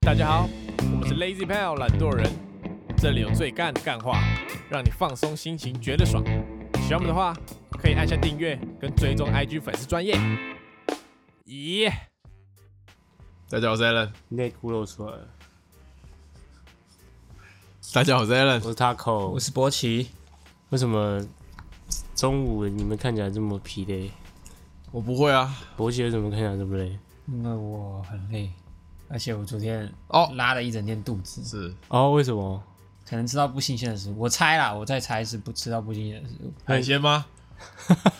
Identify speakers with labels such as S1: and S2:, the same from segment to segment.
S1: 大家好，我们是 Lazy Pal 懒惰人，这里有最干的干话，让你放松心情，觉得爽。喜欢我们的话，可以按下订阅跟追踪 IG 粉丝专业。咦、
S2: 大家好，我是 Alan。
S3: 内裤露出来了。
S2: 大家好，我是 Alan
S3: 我。是 Taco，
S4: 我是博奇，
S3: 为什么中午你们看起来这么疲累？
S2: 我不会啊。
S3: 博奇为什么看起来这么累？
S4: 因为我很累，而且我昨天
S2: 哦
S4: 拉了一整天肚子，
S2: 是
S3: 哦，为什么？
S4: 可能吃到不新鲜的食物。我猜啦，我在猜是不吃到不新鲜的食物，
S2: 海鲜吗？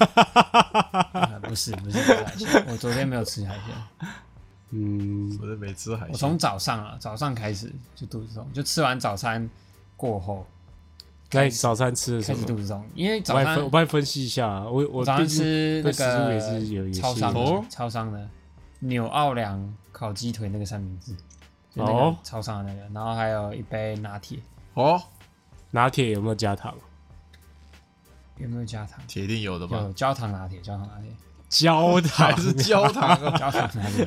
S4: 啊不是不是不是海鲜，我昨天没有吃海鲜，
S3: 嗯，
S2: 我是没吃海
S4: 我
S2: 鲜。
S4: 从早上啊早上开始就肚子痛，就吃完早餐过后
S3: 那你早餐吃了什
S4: 开始
S3: 么？
S4: 肚子痛，因为
S3: 我
S4: 早
S3: 帮你
S4: 上
S3: 分，我帮你分析一下啊。我我
S4: 我早上
S3: 毕竟
S4: 吃那
S3: 对食物也是有
S4: 个
S3: 有
S4: 超
S3: 吸
S4: 商
S3: 引
S2: 哦
S4: 的超商的纽奥良烤鸡腿那个三明治，就那
S3: 哦
S4: 个超商的那个，然后还有一杯拿铁，
S2: 哦，
S3: 拿铁有没有加糖？
S4: 有没有加糖？
S2: 铁定有的吧
S4: 有？焦糖拿铁，焦糖拿铁，
S3: 焦
S2: 还
S3: 糖
S2: 是焦糖 啊？
S4: 焦糖拿铁。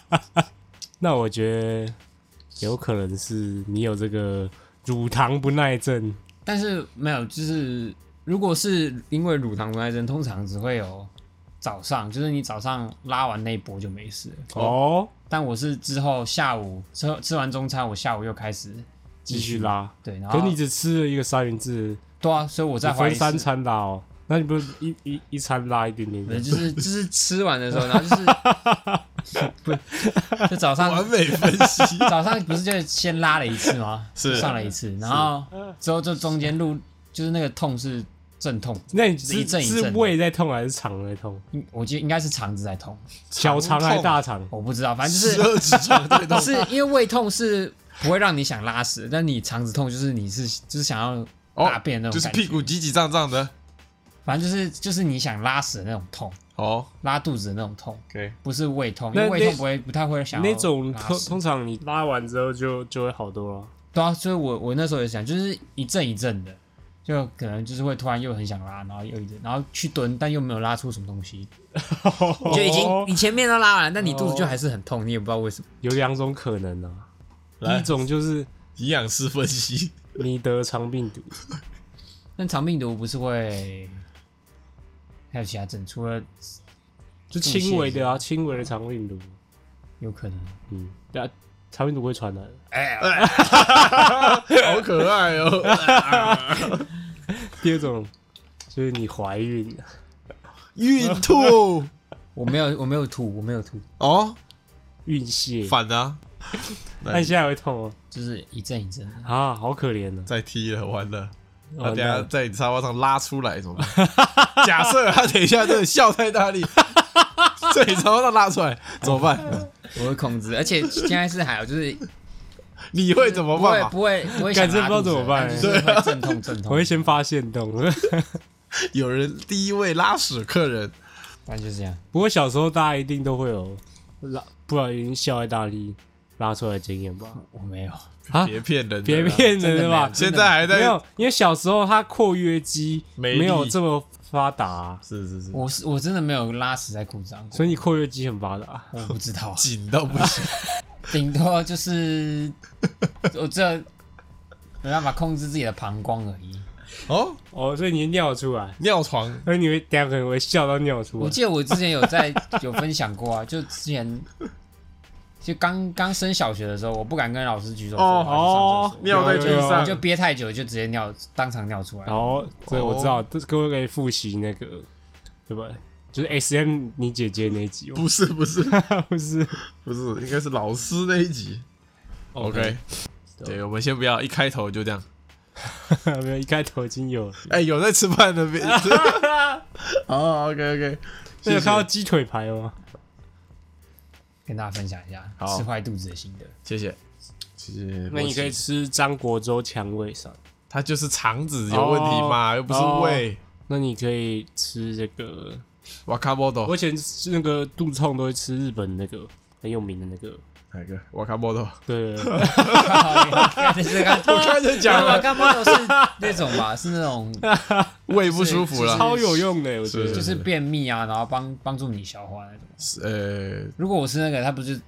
S3: 那我觉得有可能是你有这个乳糖不耐症。
S4: 但是没有，就是如果是因为乳糖不耐症，通常只会有早上，就是你早上拉完那一波就没事了。
S3: 哦，
S4: 但我是之后下午吃吃完中餐，我下午又开始
S3: 继续拉。
S4: 对，然后
S3: 可你只吃了一个三明治，
S4: 对啊，所以我在
S3: 你
S4: 怀疑
S3: 分
S4: 是
S3: 三，餐拉哦。那你不是一一一餐拉一点点
S4: 不？是就是就是吃完的时候，然后就是 不就早上
S2: 完美分析
S4: 早上不是就先拉了一次吗？
S2: 是
S4: 上了一次，然后之后就中间路就是那个痛是阵痛，
S3: 那你
S4: 一
S3: 是
S4: 阵一
S3: 是
S4: 阵的
S3: 胃在痛还是肠在痛？
S4: 应我记得应该是肠子在痛，
S3: 小肠还大肠？
S4: 我不知道，反正就
S2: 十
S4: 是
S2: 二指肠对动。
S4: 是因为胃痛是不会让你想拉屎，但你肠子痛就是你是就是想要
S2: 哦
S4: 大便那
S2: 就
S4: 种
S2: 是
S4: 感
S2: 屁
S4: 觉，
S2: 股挤挤胀胀的。
S4: 反正就是就是你想拉屎的那种痛，
S2: 哦
S4: 拉肚子的那种痛，
S2: ，OK，
S4: 不是胃痛，因
S3: 那
S4: 为胃痛不会不太会想要
S3: 那种
S4: 拉
S3: 通
S4: 屎
S3: 通常你拉完之后就就会好多了。
S4: 对啊，所以我我那时候也想，就是一阵一阵的，就可能就是会突然又很想拉，然后又一阵，然后去蹲，但又没有拉出什么东 西，就已经 你前面都拉完了，但你肚子就还是很痛，你也不知道为什么。
S3: 有两种可能啊，第
S2: 来
S3: 一种就是
S2: 营养师分析。
S3: 你得肠病毒，
S4: 但肠病毒不是会还有其他症，除了
S3: 就轻微
S4: 嗯
S3: 的啊，轻微的肠病毒。
S4: 有可能，
S3: 嗯，对啊，肠病毒会传染。
S2: 好可爱哦！
S3: 第二种就是你怀孕了，
S2: 孕吐
S4: 我没有我没有吐，我没有吐，
S2: 哦，
S3: 孕泻，
S2: 反啊，
S3: 那你现在会痛哦
S4: 就是一阵一阵的。
S3: 啊，好可怜哦
S2: 再踢了，完了。他
S3: 完
S2: 等一下
S3: 蛋。
S2: 在你沙发上拉出来怎么办？ 假设他等一下真的笑太大力， 在你沙发上拉出来怎么办？
S4: 我会控制，而且现在是还有就是
S2: 你会哎怎么
S4: 不
S2: 办啊
S4: 会
S2: 嘛？
S4: 不会不会
S3: 干
S4: 想
S3: 这
S4: 拉
S3: 不知道怎
S4: 肚子
S3: 么办
S4: 但就是会阵痛阵
S3: 我
S4: 痛。
S3: 会先发现洞。
S2: 有人第一位拉屎客人，
S4: 反正就是这样。
S3: 不过小时候大家一定都会有拉，不小心笑在大力拉出来的经 验吧？
S4: 我没有，
S3: 啊，
S2: 别骗人，
S3: 别，骗人了吧？
S2: 现在还
S3: 没
S2: 在
S3: 有，因为小时候他括约肌
S2: 没力
S3: 没有这么发达啊、
S2: 是是是，，
S4: 我是我真的没有拉屎在裤子上过，
S3: 所以你括约肌很发达啊、
S4: 我不知道
S2: 紧到不行，
S4: 顶多就是我这没办法控制自己的膀胱而已。
S2: 哦，
S3: 哦，所以你尿出来，
S2: 尿床，
S3: 所以你会等一下可能会笑到尿出
S4: 我
S3: 来。
S4: 记得我之前有在有分享过啊，就之前就刚刚升小学的时候，我不敢跟老师举手说
S2: 哦
S4: 我要
S2: 尿在
S4: 去上厕所
S2: 地
S3: 有有有
S4: 我
S2: 上
S4: 就，憋太久，就直接尿，当场尿出来。
S3: 哦，所以我知道，这各位可以复习那个，对吧？就是 S M 你姐姐那一集，
S2: 不是不是
S3: 不是？
S2: 不是，应该是老师那一集。OK，对，我们先不要一开头就 这样。
S3: 没有，一开头已经有了。
S2: 哎，有在吃饭的别， 哦，OK OK，
S3: 那有看到鸡腿排吗？
S4: 跟大家分享一下
S2: 好
S4: 吃坏肚子的 心得。
S2: 谢谢，谢谢。
S3: 那你可以吃张国洲蔷薇散，
S2: 他就是肠子有问题嘛，又不是胃。
S3: 那你可以吃这个。
S2: 瓦卡波
S3: 我
S2: 多，
S3: 以前吃那个肚子痛都会吃日本那个很有名的那个，
S2: 哪个？瓦卡波多，
S3: 对，
S4: 这是 刚
S2: 我刚才讲
S4: 我
S2: 了，
S4: 刚刚是那种吧，是那种
S2: 胃不舒服了。
S3: 超有用的，我觉
S2: 是
S3: 得
S4: 就是便秘啊，然后帮帮助你消化那种。
S2: 呃，
S4: 如果我吃那个，它不是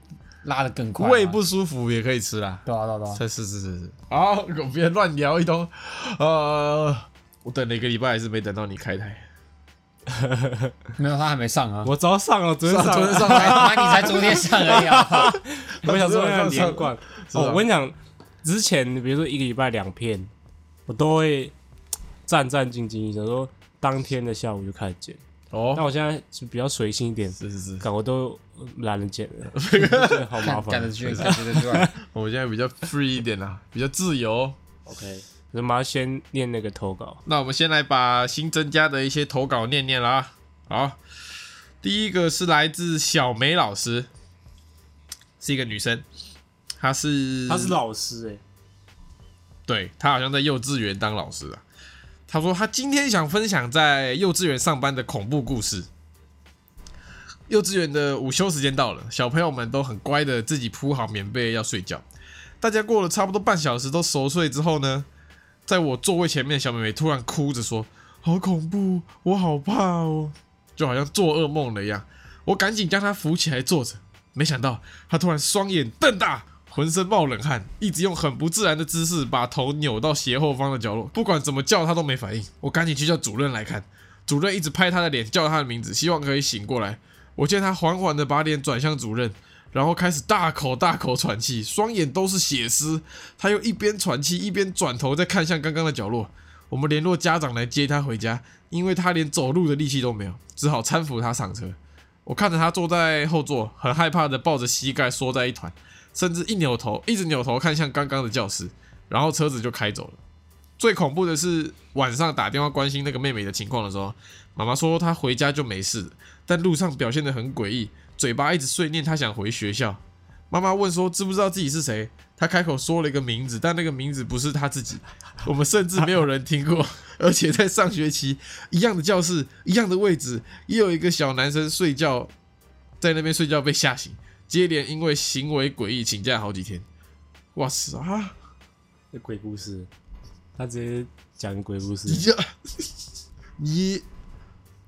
S4: 拉的更快嘛。
S2: 胃不舒服也可以吃啦。
S4: 对啊对啊对啊，
S2: 是是是是是。好，我别乱聊一通。呃，我等了一个礼拜还是没等到你开台，
S4: 没有他还没上啊，
S3: 我早上了，昨天
S2: 昨
S3: 上
S2: 天
S3: 了，
S2: 上 台，
S4: 啊你才昨天上而已 啊。
S3: 我想说
S2: 昨天晚
S3: 要
S2: 上
S3: 连
S2: 上
S3: 贯。
S2: 吧
S3: 哦，我跟你讲，之前比如说一个礼拜两片，我都会战战兢兢，想说当天的下午就开始剪。但
S2: 哦，
S3: 我现在是比较随性一点，
S2: 是是是，
S3: 感我都懒得剪 了，觉得好 麻
S4: 干得
S3: 烦。
S4: 出来，感觉得出来。
S2: 我们现在比较 free 一点啦，比较自由。
S3: OK，我们要先念那个投稿。
S2: 那我们先来把新增加的一些投稿念念啦。好，第一个是来自小梅老师，是一个女生，她是
S3: 老师哎、
S2: 对她好像在幼稚园当老师啊。她说她今天想分享在幼稚园上班的恐怖故事。幼稚园的午休时间到了，小朋友们都很乖的自己铺好棉被要睡觉。大家过了差不多半小时都熟睡之后呢，在我座位前面的小妹妹突然哭着说：“好恐怖，我好怕哦！”就好像做噩梦了一样。我赶紧将她扶起来坐着，没想到她突然双眼瞪大，浑身冒冷汗，一直用很不自然的姿势把头扭到斜后方的角落。不管怎么叫她都没反应，我赶紧去叫主任来看。主任一直拍她的脸，叫她的名字，希望可以醒过来。我见她缓缓地把脸转向主任，然后开始大口大口喘气，双眼都是血丝。他又一边喘气一边转头再看向刚刚的角落。我们联络家长来接他回家，因为他连走路的力气都没有，只好搀扶他上车。我看着他坐在后座，很害怕的抱着膝盖缩在一团，甚至一扭头，一直扭头看向刚刚的教室，然后车子就开走了。最恐怖的是晚上打电话关心那个妹妹的情况的时候，妈妈说她回家就没事了，但路上表现得很诡异，嘴巴一直碎念她想回学校。妈妈问说知不知道自己是谁，她开口说了一个名字，但那个名字不是她自己，我们甚至没有人听过。 而且在上学期，一样的教室，一样的位置，也有一个小男生睡觉，在那边睡觉被吓醒，接连因为行为诡异请假好几天。哇塞啊！
S3: 那鬼故事，他直接讲鬼故
S2: 你
S3: 事，
S2: 这你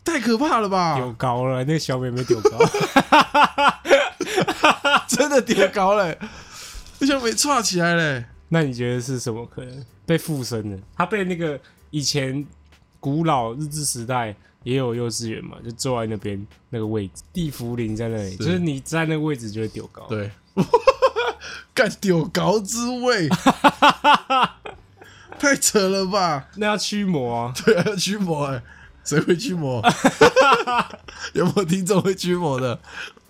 S2: 太可怕了吧
S3: 丢！高了，那个小妹妹丢高，
S2: 真的跌高嘞，就像没岔起来嘞。
S3: 那你觉得是什么可能？被附身的，他被那个以前古老日治时代也有幼稚园嘛，就坐在那边那个位置，地茯苓在那里，就是你在那个位置就会丢高。，
S2: 对， 干丢高之 味，太扯了吧？
S3: 那要驱魔啊。
S2: 对啊，驱魔哎、谁会驱 魔？有没有听众会驱魔的？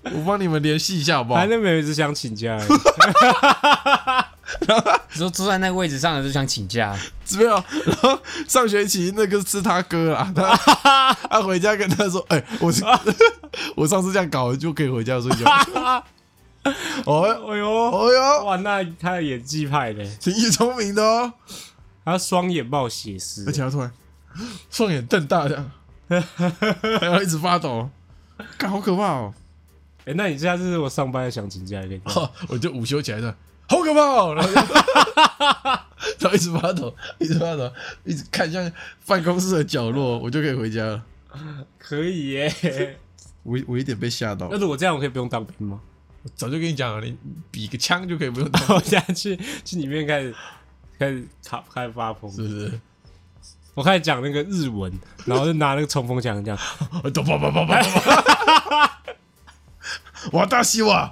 S2: 我帮你们联系一下好不好
S3: 反？正妹妹只想请假而已，
S4: 你说坐在那个位置上的就想请假，
S2: 没有。然后上学期那个是他哥啦，他他回家跟他说：“哎、我是我上次这样搞，我就可以回家睡觉。哦”哎
S3: 哎呦，
S2: 哦哟，
S3: 哇，那他的演技派的，
S2: 挺聪明的哦，
S3: 他双眼冒血丝
S2: 而，且他突然双眼瞪大这样，然后一直发抖，干好可怕哦！
S3: 哎、那你下次我上班想请假也可以这样。
S2: 我就午休起来的，好可怕哦！然后就然后一直发抖，一直发抖，一直看向办公室的角落，我就可以回家了。
S3: 可以耶、
S2: 我我有点被吓到
S3: 那，如果这样，我可以不用当兵吗？
S2: 早就跟你讲了，你比个枪就可以不 用打，
S3: 我现在去去里面开始开始卡开始发疯，
S2: 是不是？
S3: 我开始讲那个日文，然后就拿那个冲锋枪这样，
S2: 我都啪啪啪啪啪啪， 我大西哇！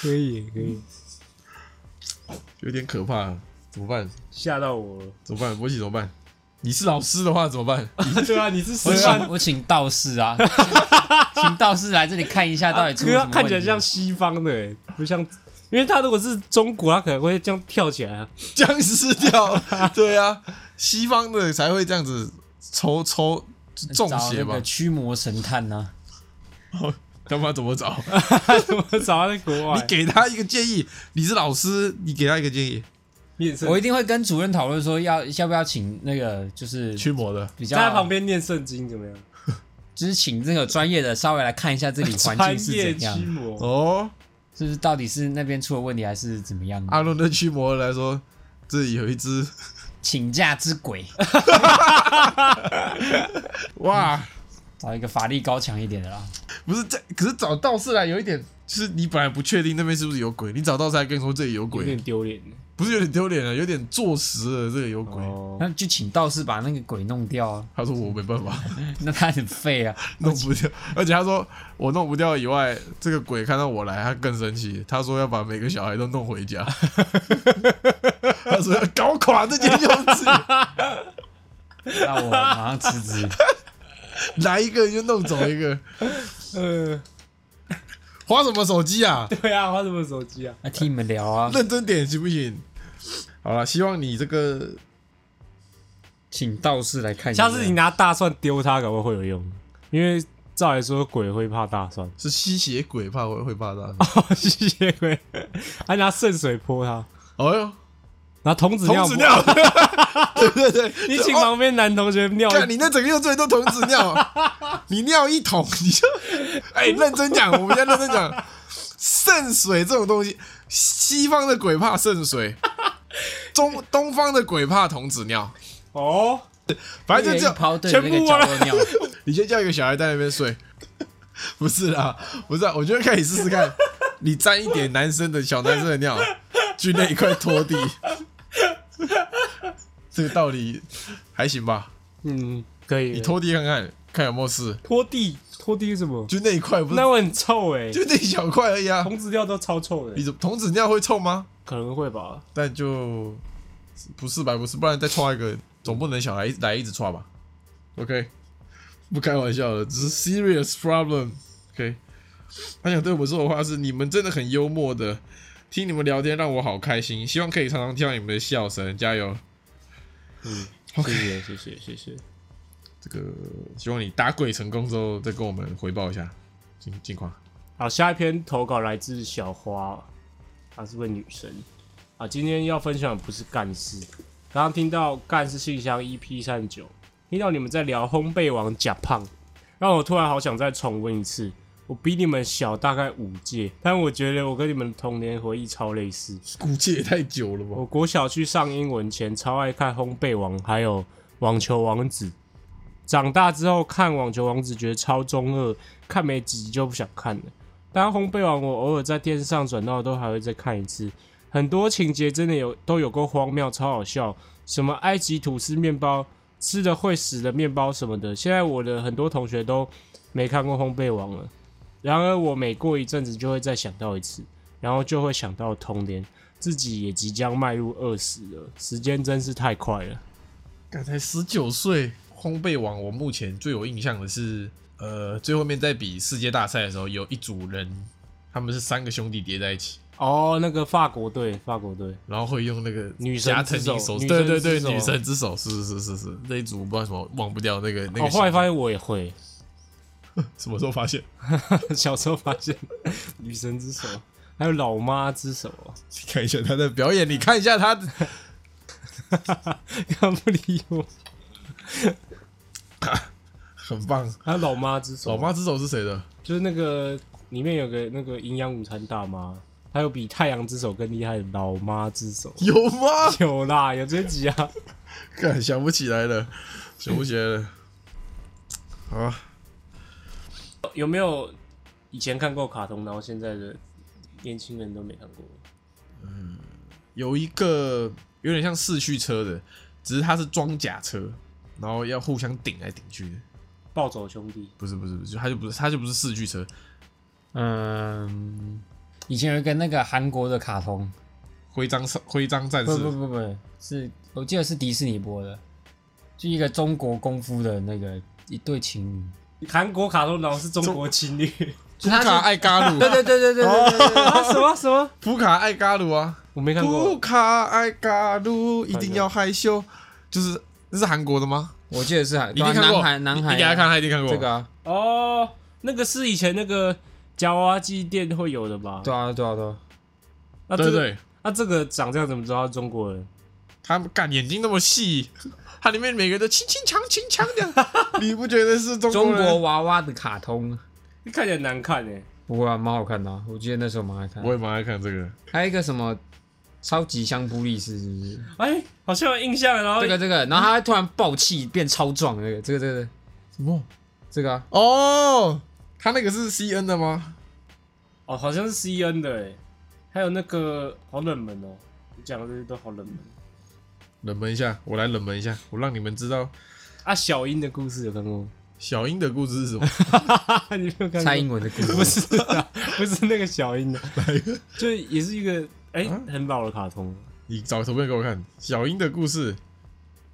S3: 可以可以，
S2: 有点可怕，啊怎么办？
S3: 吓到我 了。
S2: 怎么办？波奇怎么办？你是老师的话怎么办？
S3: 对啊，你是谁
S4: 我
S3: 啊
S4: 请？我请道士啊， 请道士来这里看一下到底出了
S3: 哥
S4: 什
S3: 他
S4: 么
S3: 啊看起来
S4: 问题啊
S3: 像西方的、欸，不像，因为他如果是中国，他可能会这样跳起来啊。
S2: 僵尸 掉，对啊，西方的才会这样子抽抽中
S4: 找
S2: 邪
S4: 那
S2: 吧
S4: 个？驱魔神探啊呢、
S2: 他妈怎么 找？
S3: 他怎么找他在国
S2: 你
S3: 外？
S2: 给他一个建议，你是老师，你给他一个建议，
S3: 面圣
S4: 我一定会跟主任讨论说要要不要请那个就是
S2: 驱魔的，
S4: 比较
S3: 在他旁边念圣经怎么样？
S4: 就是请这个专业的稍微来看一下这里环
S3: 专
S4: 境是
S3: 业
S4: 怎样
S3: 驱，魔，
S2: 哦，
S4: 是不是到底是那边出了问题还是怎么样？
S2: 阿伦对驱魔人来说，这里有一只
S4: 请假之鬼，
S2: 哇，
S4: 找一个法力高强一点的啦。
S2: 不是这，可是找道士来有一点，就是你本来不确定那边是不是有鬼，你找道士来跟你说这里有
S3: 有
S2: 鬼
S3: 点，丢脸。欸
S2: 不是有点丢脸了，有点坐实了这个有鬼。
S3: 哦，
S4: 那就请道士把那个鬼弄掉啊，
S2: 他说我没办 法
S4: 那他很废啊。
S2: 弄不掉，而且他说我弄不掉以外，这个鬼看到我来，他更生气。他说要把每个小孩都弄回 家，他说要搞垮这间幼稚园，
S4: 那我马上辞职。
S2: 来一个就弄走一个，
S4: 嗯
S3: 呃，
S2: 花什么手机啊？
S3: 对啊，花什么手机啊？
S4: 来听你们聊啊，
S2: 认真点行不行？好了，希望你这个
S4: 请道士来看一
S3: 下次你拿大蒜丢它，搞不好会有用，因为照来说鬼会怕大蒜，
S2: 是吸血鬼怕会会怕他。
S3: 吸血鬼，还拿圣水泼它，
S2: 哎呦，
S3: 拿童子
S2: 童
S3: 尿
S2: 子
S3: 泼。
S2: 尿， 对对对，哦
S3: 你请旁边男同学尿，
S2: 看你那整个幼稚园都童子尿， 你尿一桶你就，哎、认真讲，我们要认真讲，圣水这种东西，西方的鬼怕圣水，中东方的鬼怕童子尿，
S3: 哦，
S2: 反正就这样，
S4: 抛对着那个角落尿，
S2: 你先叫一个小孩在那边睡，不是啦，不是啊，我觉得可以试试看，你沾一点男生的小男生的尿，去那一块拖地，这个道理还行吧？
S3: 嗯，可以
S2: 你。拖地看看，看有没有事，
S3: 拖地，拖地是什么？
S2: 就那一块不是
S3: 那，会很臭哎、
S2: 就那一小块而已啊。
S3: 童子尿都超臭的、
S2: 你怎么童子尿会臭吗？
S3: 可能会吧。
S2: 但就不是白不是，不然再创一个，总不能小孩一来一直创吧？OK，不开玩笑了，只是 serious problem。OK，他想对我们说的话是：你们真的很幽默的，听你们聊天让我好开心，希望可以常常听到你们的笑声，加油！
S3: 嗯，
S2: OK
S3: 谢谢，谢谢，谢谢。
S2: 这个希望你打鬼成功之后再跟我们回报一下近近况。
S3: 好，下一篇投稿来自小花，她是位女生。啊，今天要分享的不是干事，刚刚听到干事信箱 EP 三十九，听到你们在聊烘焙王假胖，让我突然好想再重温一次。我比你们小大概五届，但我觉得我跟你们童年回忆超类似。
S2: 估计也太久了吧？
S3: 我国小去上英文前超爱看《烘焙王》，还有《网球王子》。长大之后看《网球王子》觉得超中二，看没几集就不想看了。但《烘焙王》我偶尔在电视上转到，都还会再看一次。很多情节真的有都有够荒谬，超好笑。什么埃及吐司面包，吃的会死的面包什么的。现在我的很多同学都没看过《烘焙王》了。然而我每过一阵子就会再想到一次，然后就会想到童年。自己也即将迈入二十了，时间真是太快了。
S2: 刚才十九岁烘焙王，我目前最有印象的是，呃，最后面在比世界大赛的时候，有一组人，他们是三个兄弟叠在一起，
S3: 哦，那个法国队，法国队，
S2: 然后会用那个
S3: 女神
S2: 夹
S3: 之
S2: 藤
S3: 手
S2: 鹰手
S3: 女
S2: 对
S3: 神
S2: 对
S3: 之
S2: 对，
S3: 手啊
S2: 女神之手，是是是是是，那一组不知道什么忘不掉那个那个
S3: 我、哦、后来
S2: 形
S3: 发
S2: 状，
S3: 现我也会，
S2: 什么时候发现？
S3: 小时候发现女神之手，还有老妈之手，哦
S2: 你看一下他的表演，你看一下他的，
S3: 他不理我。
S2: 很棒。
S3: 还有老妈之手，
S2: 老妈之手是谁的？
S3: 就是那个里面有个那个营养午餐大妈，还有比太阳之手更厉害的老妈之手。
S2: 有吗？
S3: 有啦，有这集啊。
S2: 看想不起来了，想不起来了。好啊，
S3: 有没有以前看过卡通，然后现在的年轻人都没看过？
S2: 有一个有点像四驱车的，只是它是装甲车，然后要互相顶来顶去的。
S3: 暴走兄弟，
S2: 不是不是不是，就它就不是它就不是四驱车，
S4: 嗯，以前有一个那个韩国的卡通，
S2: 徽章上徽章战
S4: 不不
S2: 士
S4: 不不，是我记得是迪士尼播的，就一个中国功夫的那个一对情侣，
S3: 韩国卡通然后是中国情侣。
S2: 普卡艾嘎鲁，啊
S4: 对对对对对对
S3: 啊什么什么？
S2: 普卡艾嘎鲁啊，
S3: 我没看
S2: 普
S3: 过。
S2: 卡艾嘎鲁一定要害羞，就是这是韩国的吗？
S4: 我记得是啊
S2: 你一定看过
S4: 男，孩男孩，
S2: 你给他看，他一定看过
S4: 这个啊，
S3: 哦，那个是以前那个夹娃娃机店会有的吧？
S4: 对啊对啊对啊，
S3: 那这
S2: 对
S3: 个
S2: 对，
S3: 那这个长这样怎么知道他是中国人？
S2: 他们干眼睛那么细，它里面每个人都轻轻强轻强 的，你不觉得是中
S4: 中
S2: 国
S4: 国
S2: 人？
S4: 娃娃的卡通，
S3: 看起来难看哎。
S4: 不过啊蛮好看的啊，我记得那时候蛮爱看
S2: 我。也蛮爱看这个，
S4: 还有一个什么超级香扑力士是不是？
S3: 哎，好像有印象。然
S2: 哦
S3: 后
S4: 这个这
S2: 嗯
S4: 个，然后他突然爆气变超壮，那个这个这个
S2: 什么？
S4: 这个啊，
S2: 哦，他那个是 C N 的吗？
S3: 哦，好像是 C N 的哎，还有那个好冷门哦，你讲的这些都好冷门。
S2: 冷门一下，我来冷门一下，我让你们知道
S3: 啊，小樱的故事有看 过吗？
S2: 小英的故事是 什么。
S3: 你没有看过？
S4: 蔡英文的故事
S3: 不是啊， 不是那个小樱的，就也是一个哎、很老的卡通，
S2: 你找图片给我看，小英的故事，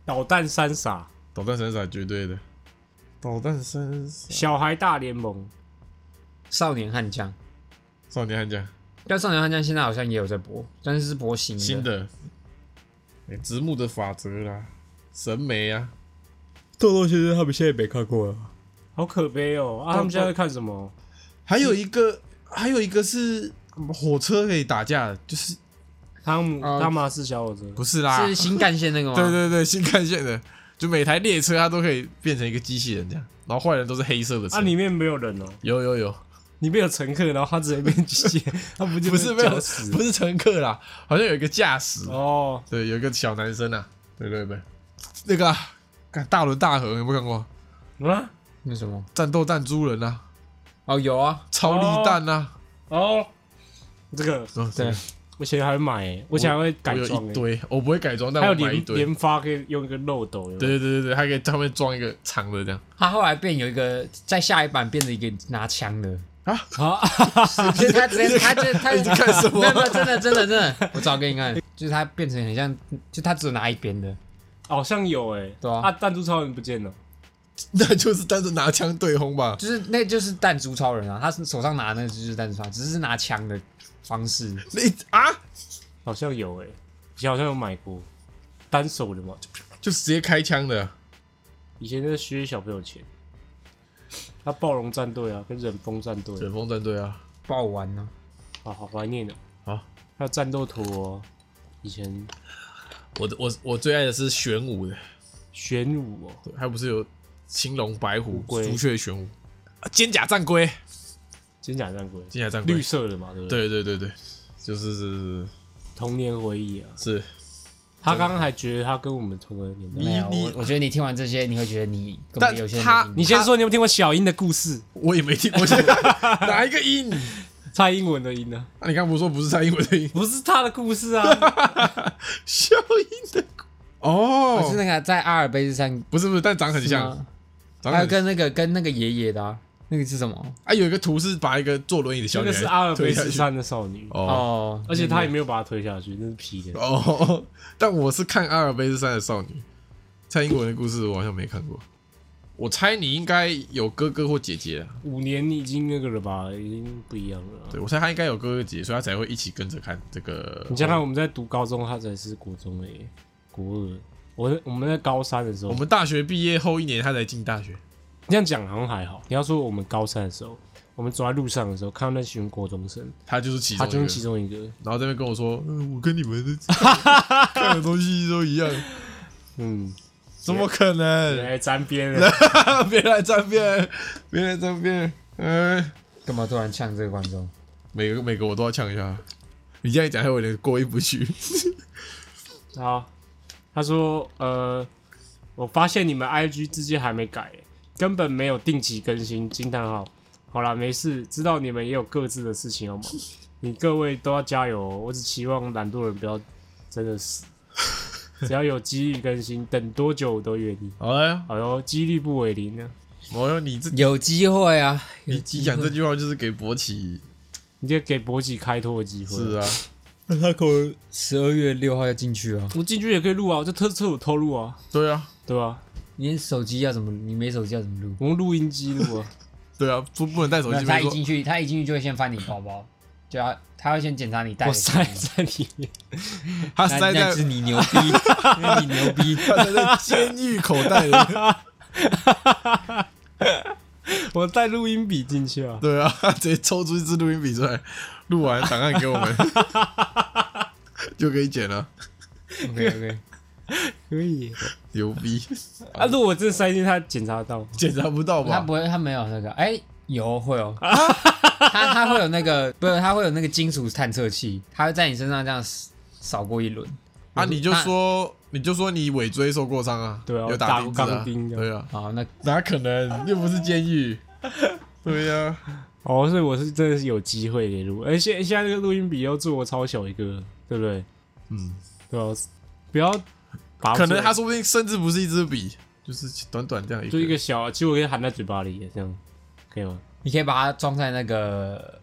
S3: 导弹三傻，
S2: 导弹闪闪绝对的，导弹闪闪，
S3: 小孩大联盟，
S4: 少年悍将，
S2: 少年悍将
S4: 但少年悍将现在好像也有在播，但是是播新的。
S2: 新的，哎、直木的法则啦，神眉啊，豆豆先生他们现在没看过啊了，
S3: 好可悲哦！啊，他们现在在看什么？
S2: 还有一个，还有一个是火车可以打架的，就是
S3: 汤姆
S2: 啊
S3: 汤马斯小火车，
S2: 不是啦，
S4: 是新干线那个吗？
S2: 啊
S3: 啊
S2: 对对对，新干线的，就每台列车它都可以变成一个机器人这样，然后坏人都是黑色的车。
S3: 啊，里面没有人哦，
S2: 有有有，
S3: 里面有乘客，然后他直接变机 械，他不就
S2: 不是没
S3: 被
S2: 有
S3: 绞死，
S2: 不是乘客啦，好像有一个驾驶，
S3: 哦，
S2: 对，有一个小男生啊，对对对，那个、啊、干大轮大河有没有看过？
S3: 啊，
S4: 那什么？
S2: 战斗弹珠人啊，
S4: 哦，有啊，
S2: 超力弹啊，
S3: 哦，这个
S2: 哦，
S4: 对
S2: 这个
S3: 我以前还会买欸，我以前还会
S2: 我
S3: 改
S2: 有
S3: 装
S2: 一
S3: 欸，
S2: 堆，我不会改装，但
S3: 还有
S2: 我买一
S3: 连
S2: 堆。
S3: 连发可以用一个欸漏斗，有没有
S2: 对对对对，还可以上面装一个长的这样
S4: 他后来变有一个，在下一版变成一个拿枪的。
S2: 啊！
S3: 啊，
S4: 就是他直接，他就 他
S2: 你在干什么
S4: 没有没有，真的真的真的，我找给你看，就是他变成很像，就他只有拿一边的，
S3: 好像有哎，
S4: 对啊
S3: 啊，弹珠超人不见了，
S2: 那就是单纯拿枪对轰吧。
S4: 就是那就是弹珠超人啊，他是手上拿的那个就是弹珠超人，只是拿枪的方式。
S2: 你啊，
S3: 好像有哎，以前好像有买过，单手的嘛，
S2: 就直接开枪的啊、
S3: 以前在削小朋友钱，他暴龙战队啊，跟忍风战队啊，
S2: 卷风战队啊，
S4: 爆丸呢、
S3: 啊，好怀念哦。
S2: 好，
S3: 还有战斗陀哦，以前
S2: 我的我我最爱的是玄武的，
S3: 玄武哦，
S2: 还不是有青龙、白虎、
S3: 龟
S2: 朱雀、玄武、啊肩甲战龟、
S3: 真假战龟，
S2: 肩甲战龟
S3: 绿，色的嘛，对不对？
S2: 对对对对，就是是
S3: 童年回忆啊，
S2: 是是，
S3: 他刚刚还觉得他跟我们同个年代。
S2: 你
S4: 没有，
S2: 你
S4: 我我觉得你听完这些，你会觉得你根
S2: 但
S4: 本有些人
S2: 他
S4: 没听过
S3: 你先说，你有没有听过小樱的故事？
S2: 我也没听过，哪一个音？
S3: 蔡英文的音啊，
S2: 那你刚不是说不是蔡英文的音？
S3: 不是他的故事啊，
S2: 小英的故
S4: 我是
S2: 哦，
S4: 那个在阿尔卑斯山，
S2: 不是不是，但长很像
S4: 吗，
S2: 长
S4: 还有
S2: 很像。
S4: 跟那个跟那个爷爷的、啊，那个是什么？
S2: 啊，有一个图是把一个坐轮椅 的小
S3: 这
S2: 女
S3: 个
S2: 孩
S3: 是阿尔
S2: 推
S3: 卑
S2: 下去
S3: 斯山的少女，
S2: 哦
S4: 哦，
S3: 而且他也没有把她推下去，那是 P 的。
S2: 哦， 但我是看阿尔卑斯山的少女，蔡英文的故事我好像没看过。我猜你应该有哥哥或姐姐啊，
S3: 五年已经那个了吧，已经不一样了啊。
S2: 对我猜他应该有哥哥姐姐，所以他才会一起跟着看这个。
S3: 你想想，我们在读高中，他才是国中诶，国二。我我们在高三的时候，
S2: 我们大学毕业后一年，他才进大学。
S3: 这样讲好像还好。你要说我们高三的时候，我们走在路上的时候，看到那群国中生，
S2: 他就是其
S3: 他
S2: 中
S3: 就是
S2: 一
S3: 其
S2: 个，
S3: 中一个。
S2: 然后这边跟我说：“嗯，我跟你们的看的东西都一样，
S3: 嗯，
S2: 怎么可能？
S3: 来沾边了。
S2: 别来沾边，别来沾边。”嗯，
S4: 干嘛突然呛这个观众？
S2: 每个每个我都要呛一下。你这样一讲，害我有点过意不去。
S3: 好，他说，呃，我发现你们 IG 字迹还没改欸，根本没有定期更新。惊叹号！好啦，没事，知道你们也有各自的事 情要忙，你各位都要加油哦、我只期望懒惰人不要真的 死，只要有机遇更新，等多久我都愿意。
S2: 哎呀，
S3: 好哟，几率不为零呢、啊
S2: 我说你这
S4: 有机会啊，有
S2: 你你讲这句话就是给博奇
S3: 你就给博吉开拓的机会。
S2: 是
S3: 啊，
S2: 啊，
S4: 那他可能十二月六号要进去啊。
S3: 我进去也可以录啊，我就特特有偷录啊，
S2: 对啊，
S3: 对吧、
S4: 你手机要怎么？你没手机要怎么录？
S3: 我用录音机录啊。
S2: 对啊，不不能带手
S4: 没
S2: 机。
S4: 有他
S2: 没
S4: 一
S2: 说
S4: 进去，他一进去就会先翻你包包，就要他会先检查你带
S3: 我
S4: 的什么
S3: 塞在里面，
S2: 他
S4: 那
S2: 塞
S4: 啊那
S2: 在
S4: 是你牛逼， 那你牛 逼。
S2: 他塞在监狱口袋里。
S3: 我带录音笔进去啊。
S2: 对啊， 直接抽出一支录音笔出来，录完档案给我 们，就可以剪了，
S4: OK OK，
S3: 可以耶
S2: 牛逼！
S3: 啊！如果我真的塞进去，他检查到，
S2: 检查不到吧
S4: 他不？会，他没有那个，哎、有会哦， 他他会有那个，不是，他会有那个金属探测器，他会在你身上这样扫过一轮
S2: 啊，你就
S4: 那
S2: 说你就说你尾椎受过伤啊，
S3: 对啊
S2: 有
S3: 打
S2: 打钉子
S3: 钢
S2: 啊，
S3: 钉的
S2: 对啊，
S4: 好，那
S2: 哪可能？又不是监 狱。对啊呀、
S3: 哦，所以我是真的是有机会给录，而且现在这个录音笔要做超小一个，对不对？
S2: 嗯，
S3: 对啊，不要拔不出
S2: 可
S3: 来，
S2: 能他说不定甚至不是一支笔，就是短短这样一
S3: 就
S2: 个。
S3: 一个小，其实我可以含在嘴巴里，这样可以吗？
S4: 你可以把它装在那个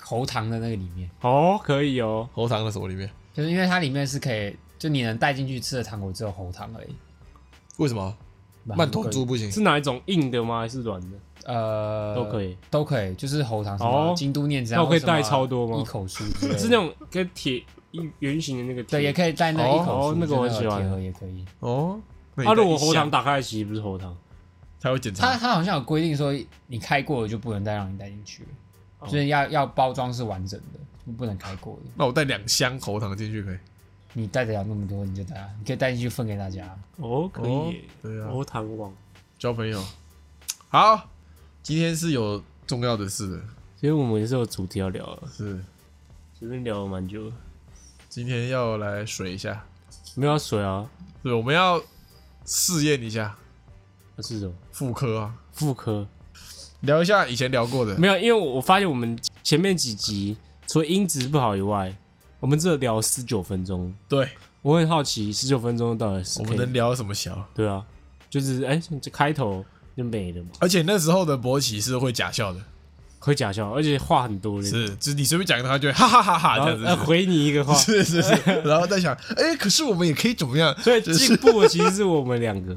S4: 喉糖的那个里面，
S3: 哦，可以哦，
S2: 喉糖的手里面，
S4: 就是因为它里面是可以，就你能带进去吃的糖果只有喉糖而已。
S2: 为什么
S4: 蛮
S2: 曼陀珠不行？
S3: 是哪一种硬的吗？还是软的？
S4: 呃
S3: 都可以，
S4: 都可以，就是喉糖什
S3: 哦
S4: 么京都念这
S3: 那
S4: 样，
S3: 我可以
S4: 或什么
S3: 带超多吗
S4: 一口酥之类 的
S3: 是那种跟铁一圆形的那个铁。
S4: 对，也可以带那一
S3: 哦
S4: 口酥，
S3: 那个我很喜
S4: 就
S3: 欢
S4: 铁盒也可以。
S2: 哦，那你
S3: 啊，如果
S2: 带一箱
S3: 喉糖打开来，其实不是喉糖，
S2: 他会检
S4: 它
S2: 查，
S4: 它好像有规定说，你开过的就不能再让你带进去了，
S3: 哦
S4: 所以要要包装是完整的，不能开过的。
S2: 那我带两箱喉糖进去可以？
S4: 你带得了那么多，你就带啊，你可以带进去分给大家。
S3: 哦，可以耶，
S2: 哦对啊
S3: 喉糖网。
S2: 交朋友。好，今天是有重要的事的，
S3: 其实我们也是有主题要聊了，
S2: 是
S3: 随便聊了蛮久了，
S2: 今天要来水一下，
S3: 没有要水啊，
S2: 对，我们要试验一下
S3: 那是什么？
S2: 妇科啊，
S3: 妇科
S2: 聊一下以前聊过的。
S3: 没有，因为我发现我们前面几集除了音质不好以外，我们只有聊十九分钟。
S2: 对，
S3: 我很好奇十九分钟到底是
S2: 我
S3: 可
S2: 们
S3: 以
S2: 能聊什么小？
S3: 对啊，就是哎，这开头就没了嘛，
S2: 而且那时候的博奇是会假笑的，
S3: 会假笑，而且话很多的，
S2: 是，就是你随便讲一个，他就会哈哈哈哈
S3: 然
S2: 这
S3: 后
S2: 样子。
S3: 呃回你一 个话，
S2: 是是是，然后在想，哎、可是我们也可以怎么样？
S3: 所以
S2: 就
S3: 进
S2: 是
S3: 步的其实是我们两 个，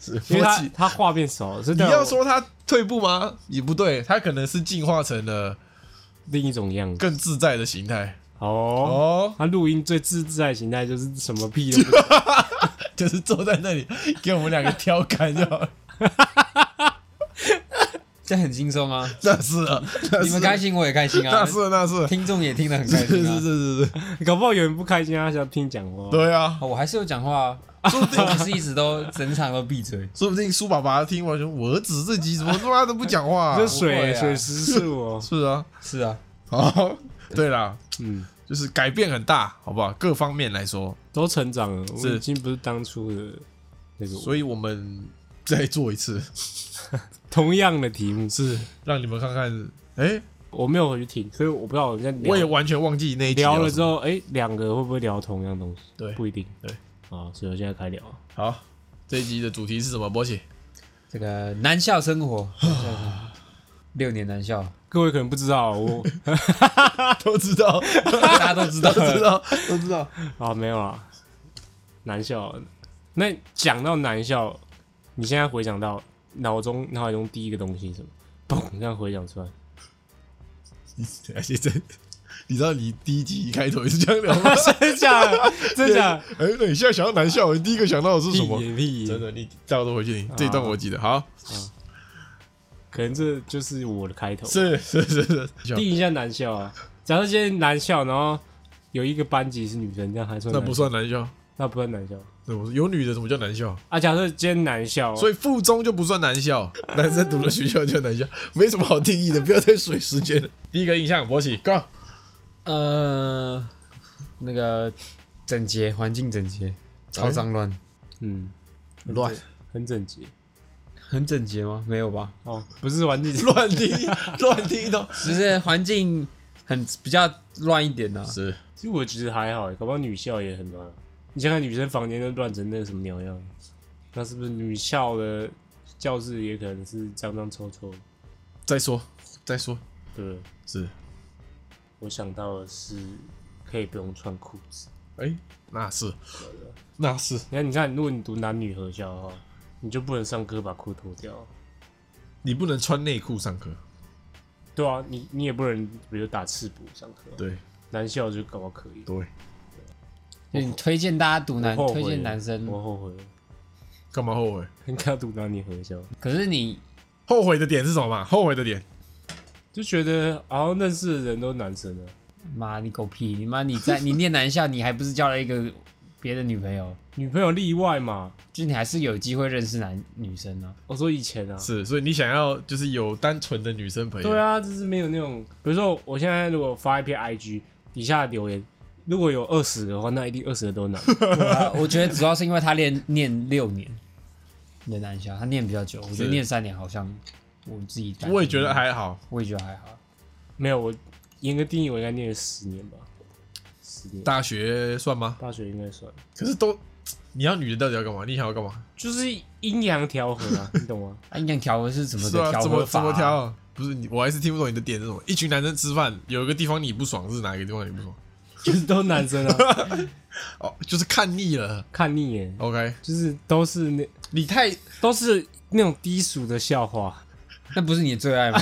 S2: 是
S3: 因
S2: 博
S3: 为他啊
S2: 奇
S3: 他话变少，所以
S2: 你
S3: 代表
S2: 要说他退步吗？也不对，他可能是进化成了
S3: 另一种样子
S2: 更自在的形态。
S3: 哦。
S2: 哦，
S3: 他录音最自在的形态就是什么屁都 不
S2: 啊
S3: 讲
S2: 就是坐在那里给我们两个挑杆就好了。
S4: 这很轻松啊，
S2: 那是啊，那
S4: 你
S2: 是
S4: 们开心我也开心
S2: 那
S4: 啊，
S2: 是那是
S4: 听众也听得很开
S2: 是
S4: 心
S2: 是
S4: 啊。
S2: 是是，
S3: 搞不好有人不开心，他想听讲话。
S2: 对啊，
S4: 哦我还是有讲话啊，我不是一直都整场都闭嘴。
S2: 说不定苏爸爸听完说，我儿子这集怎么他妈的不讲话 啊、
S3: 这
S4: 不会
S3: 水
S4: 啊
S3: 水时是
S2: ，
S3: 我
S2: 是啊，
S4: 是啊，
S2: 好，对啦，
S3: 嗯，
S2: 就是改变很大，好不好？各方面来说，
S3: 都成长了，我
S2: 是
S3: 们已经不是当初的那个我。
S2: 所以我们再做一次，
S3: 同样的题目，
S2: 是让你们看看。哎、
S3: 我没有回去听，所以我不知道我们在聊
S2: 我也完全忘记那一集
S3: 聊
S2: 什
S3: 了
S2: 么
S3: 之后，哎，两个会不会聊同样东西？
S2: 对
S3: 不一定。
S2: 对，
S3: 好，所以我现在开聊。
S2: 好，这一集的主题是什么？波姐，
S4: 这个男校生活，男校生活六年男校，
S3: 各位可能不知道，我
S2: 都知道，
S4: 大家都知道
S2: 都。知道，都知道。
S3: 啊没有啊，男校。那讲到男校，你现在回想到脑中脑海中第一个东西是什么？嘣，这样回想出来，
S2: 而且这，你知道你第一集一开头也是这样聊吗？
S3: 真的假的？真的假的？
S2: 哎、那你现在想到男校，你第一个想到的是什么？
S3: 屁屁
S2: 真的，你大家都回去听这一段，我记得。好，
S3: 可能这就是我的开头。
S2: 是是是是，
S3: 第一下男校啊，假设今天男校，然后有一个班级是女生，这样还算
S2: 那
S3: 男
S2: 不
S3: 校，
S2: 算男校，
S3: 那不算男校
S2: 那不是有女的，什么叫男校？
S3: 啊。假设今天男校，啊
S2: 所
S3: 以
S2: 以附中就不算男校，男生读的学校叫男校，没什么好定义的，不要再水时间了。第一个印象，博起，Go，
S4: 呃，那个整洁，环境整洁，超脏乱，
S3: 嗯，
S2: 乱
S3: 很整洁
S4: 很整洁吗？没有吧，
S3: 哦，不是环境
S2: 乱定义，乱定义到
S4: 只是环境很比较乱一点啊呐、
S2: 是
S3: 其实我觉得还好，欸搞不好女校也很乱。你想想女生房间都乱成那个什么鸟样，那是不是女校的教室也可能是脏脏臭臭？
S2: 再说再说，
S3: 对，
S2: 是
S3: 我想到的是可以不用穿裤子。
S2: 哎、那是那是
S3: 你看，你看，如果你读男女合校的话，你就不能上课把裤脱掉。
S2: 你不能穿内裤上课，
S3: 对啊，你你也不能比如打赤膊上课，
S2: 对
S3: 男校就搞不好可以。
S2: 对，
S4: 所以你推荐大家读男，
S3: 后悔
S4: 推
S3: 了
S4: 荐男生，
S3: 我后悔了，
S2: 干嘛后悔？
S3: 应该读男女合校，
S4: 可是你
S2: 后悔的点是什么嘛？后悔的点，
S3: 就觉得好像认识的人都是男生啊，
S4: 妈你狗屁，你妈你在 你念男校，你还不是交了一个别的女朋友？
S3: 女朋友例外嘛。
S4: 就你还是有机会认识男女生呢、
S3: 我说以前啊，
S2: 是，所以你想要就是有单纯的
S4: 啊
S2: 女生朋友，
S3: 对啊，就是没有那种，比如说我现在如果发一篇 IG，底下留言如果有二十个的话，那一定二十个都 难。
S4: 啊我觉得主要是因为他练念六年的南校，他念比较久，我觉得
S2: 是
S4: 念三年好像我自己感
S2: 我也觉得，还好，
S4: 我也觉得还好。
S3: 没有，我严格定义，我应该念了十年吧，十年。
S2: 大学算吗？
S3: 大学应该算，
S2: 可是都，你要女的到底要干嘛？你想要干嘛？
S3: 就是阴阳调和啊，你懂吗？
S4: 他阴阳调和是怎么
S2: 是
S4: 个
S2: 啊，
S4: 调
S2: 怎
S4: 和
S2: 么怎
S4: 法啊、
S2: 么挑啊？不是你，我还是听不懂你的点是什么。一群男生吃饭，有一个地方你不爽是哪一个地方你不爽？
S3: 就是都男生啊，
S2: 哦，就是看腻了。
S3: 看腻眼，
S2: OK，
S3: 就是都是那
S2: 你太
S3: 都是那种低俗的笑话。
S4: 那不是你的最爱吗？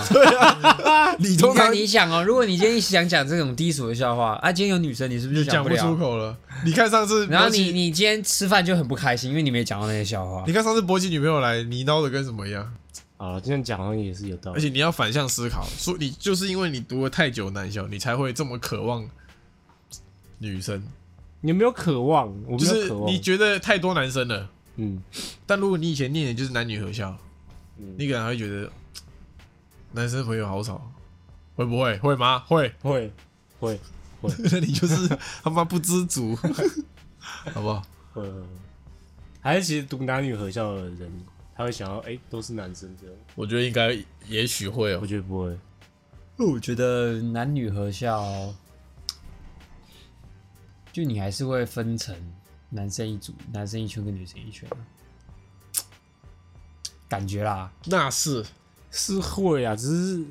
S2: 你
S4: 你
S2: 通常
S4: 看你想哦，如果你今天想讲这种低俗的笑话，啊，今天有女生，你是不是
S2: 你
S4: 就
S2: 讲
S4: 讲不
S2: 不
S4: 了？
S2: 出口了。你看上次，
S4: 然后
S2: 博
S4: 你
S2: 奇
S4: 你今天吃饭就很不开心，因为你没讲到那些笑话
S2: 你。看上次博奇女朋友来，你闹的跟什么一样？
S3: 啊，这样讲好像也是有道
S2: 而
S3: 理。
S2: 且你要反向思考，说你就是因为你读了太久男校，你才会这么渴望女生，
S3: 你有没有渴望？我没
S2: 就
S3: 有
S2: 是
S3: 渴望
S2: 你。觉得太多男生了。
S3: 嗯，
S2: 但如果你以前念的就是男女合校，
S3: 嗯
S2: 你可能还会觉得嘖男生朋友好少，会不会？会吗？会，
S3: 会会
S2: 那你就是他妈不知 足，好不好？
S3: 会，会还是其实读男女合校的人，他会想要哎、都是男生这样。
S2: 我觉得应该，也许会
S3: 我
S2: 哦。
S3: 觉得不会，
S4: 我觉得男女合校，就你还是会分成男生一组、男生一圈跟女生一圈啊，感觉啦。
S2: 那是
S3: 是会啊，只是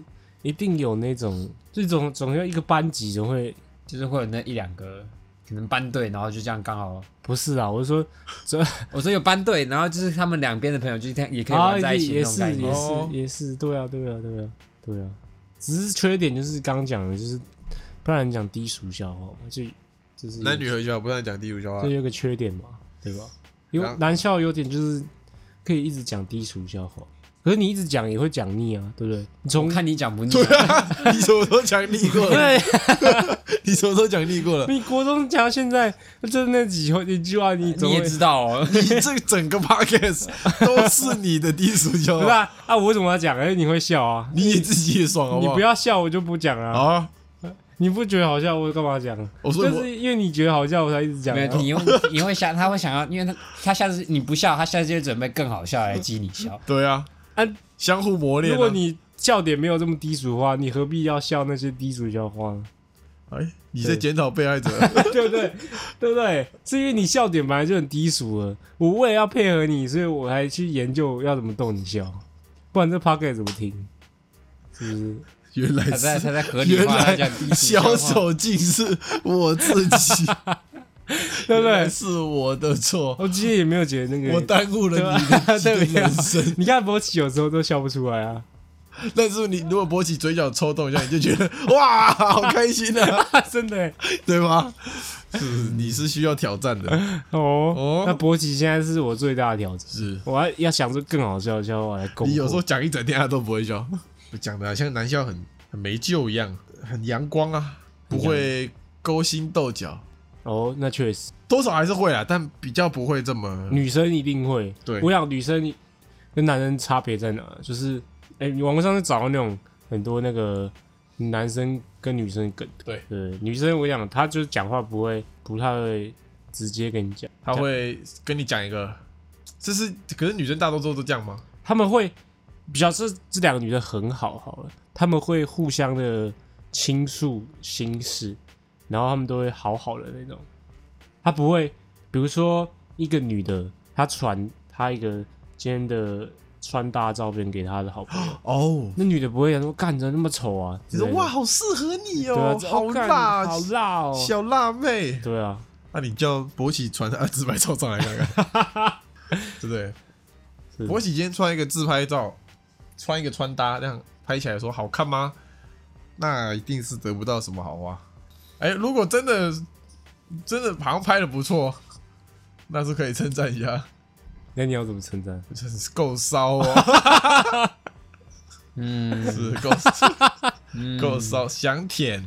S3: 一定有那种，这种总要一个班级总会
S4: 就是会有那一两个可能班队，然后就这样刚好，
S3: 不是啊，我是说这
S4: 我说有班队，然后就是他们两边的朋友就这样也可以玩在一
S3: 啊
S4: 起那
S3: 也
S4: 种
S3: 是
S4: 感
S3: 也
S4: 觉。
S2: 哦
S3: 是也是，对啊对啊对啊对啊，只是缺点就是刚讲的，就是不然讲低俗笑话嘛，就就是
S2: 男女合校，不然讲低俗笑话
S3: 这。有个缺点嘛，对吧？有
S2: 然后
S3: 男校优点就是可以一直讲低俗笑话，可是你一直讲也会讲腻啊，对不对？你
S4: 我
S3: 从
S4: 看你讲不腻
S2: 对
S4: 啊，
S2: 啊，你什么时候讲腻过了？
S3: 对，
S2: 你什么时候讲腻过了？
S3: 你国中讲到现在，就是那几句一句话，你总
S4: 你也
S3: 会
S4: 知道哦。
S2: 你这整个 podcast 都是你的低俗笑
S3: 不是
S2: 话，
S3: 啊？啊，我为什么要讲？哎，你会笑啊？
S2: 你自己也爽好
S3: 你
S2: 好？
S3: 不要笑，我就不讲
S2: 好
S3: 了。
S2: 啊！
S3: 你不觉得好笑，我干嘛讲？
S2: 我说
S3: 就
S2: 我
S3: 是因为你觉得好笑，我才一直讲
S4: 没
S3: 啊。
S4: 有，你 用你会想，他会想要，因为他他下次你不笑，他下次就准备更好笑来激你笑。
S2: 对啊，
S3: 啊
S2: 相互磨练啊。
S3: 如果你笑点没有这么低俗的话，你何必要笑那些低俗笑话 呢？
S2: 哎，你在
S3: 对
S2: 检讨被害者，
S3: 对不对？对不对？是因为你笑点本来就很低俗了，我为了要配合你，所以我还去研究要怎么逗你笑，不然这 p o c k e t 怎么听？是不是？
S2: 原来
S4: 他在他
S2: 是
S4: 在合理
S2: 原
S4: 化他讲
S2: 来
S4: 低俗笑
S2: 小
S4: 话
S2: 手竟是我自 己，
S3: 对不
S2: 原来
S3: 对？
S2: 是我的错，
S3: 我今天也没有觉得那个，
S2: 我耽误了你
S3: 对啊
S2: 的
S3: 对啊不
S2: 你
S3: 起
S2: 的人生。
S3: 你看博奇有时候都笑不出来啊，
S2: 但是你如果勃起嘴角抽动一下，你就觉得哇，好开心啊，
S3: 真的欸
S2: 对吗？是，你是需要挑战的，
S3: 哦
S2: 哦。
S3: 那博奇现在是我最大的挑战，
S2: 是。
S3: 我还要想出更好笑的笑话来攻破。
S2: 你有时候讲一整天他都不会笑， 讲的像男校很很没救一样，很阳光啊，不会勾心斗角，
S3: 哦，那确实，
S2: 多少还是会啦，啊但比较不会这么
S3: 女生一定会。
S2: 嗯对
S3: 我想女生跟男生差别在哪？就是，哎、你网络上是找到那种很多那个男生跟女生的梗，
S2: 对
S3: 对，女生我想她就是讲话不会不太会直接跟你讲，
S2: 他会跟你讲一个，这是可是女生大多数都这样吗？
S3: 他们会比较这这两个女的很好好了，他们会互相的倾诉心事，然后他们都会好好的那种。他不会，比如说一个女的，她传她一个今天的穿搭照片给她的好 朋友，
S2: 哦，
S3: 那女的不会想说干怎么那么丑啊？
S2: 你说
S3: 之类的
S2: 哇，，好适合你
S3: 对啊
S2: 哦，，好
S3: 干
S2: 辣，
S3: 好辣哦，
S2: 小辣妹，
S3: 对啊，
S2: 那你叫博喜传啊自拍照上来看看，对不对？
S3: 是
S2: 博喜今天穿一个自拍照，穿一个穿搭，这样拍起来说好看吗？那一定是得不到什么好话。哎、如果真的真的好像拍的不错，那是可以称赞一下，
S3: 那你要怎么称赞？
S2: 真是够骚哦。
S4: 嗯
S2: 是够
S3: 嗯
S2: 够骚，想舔，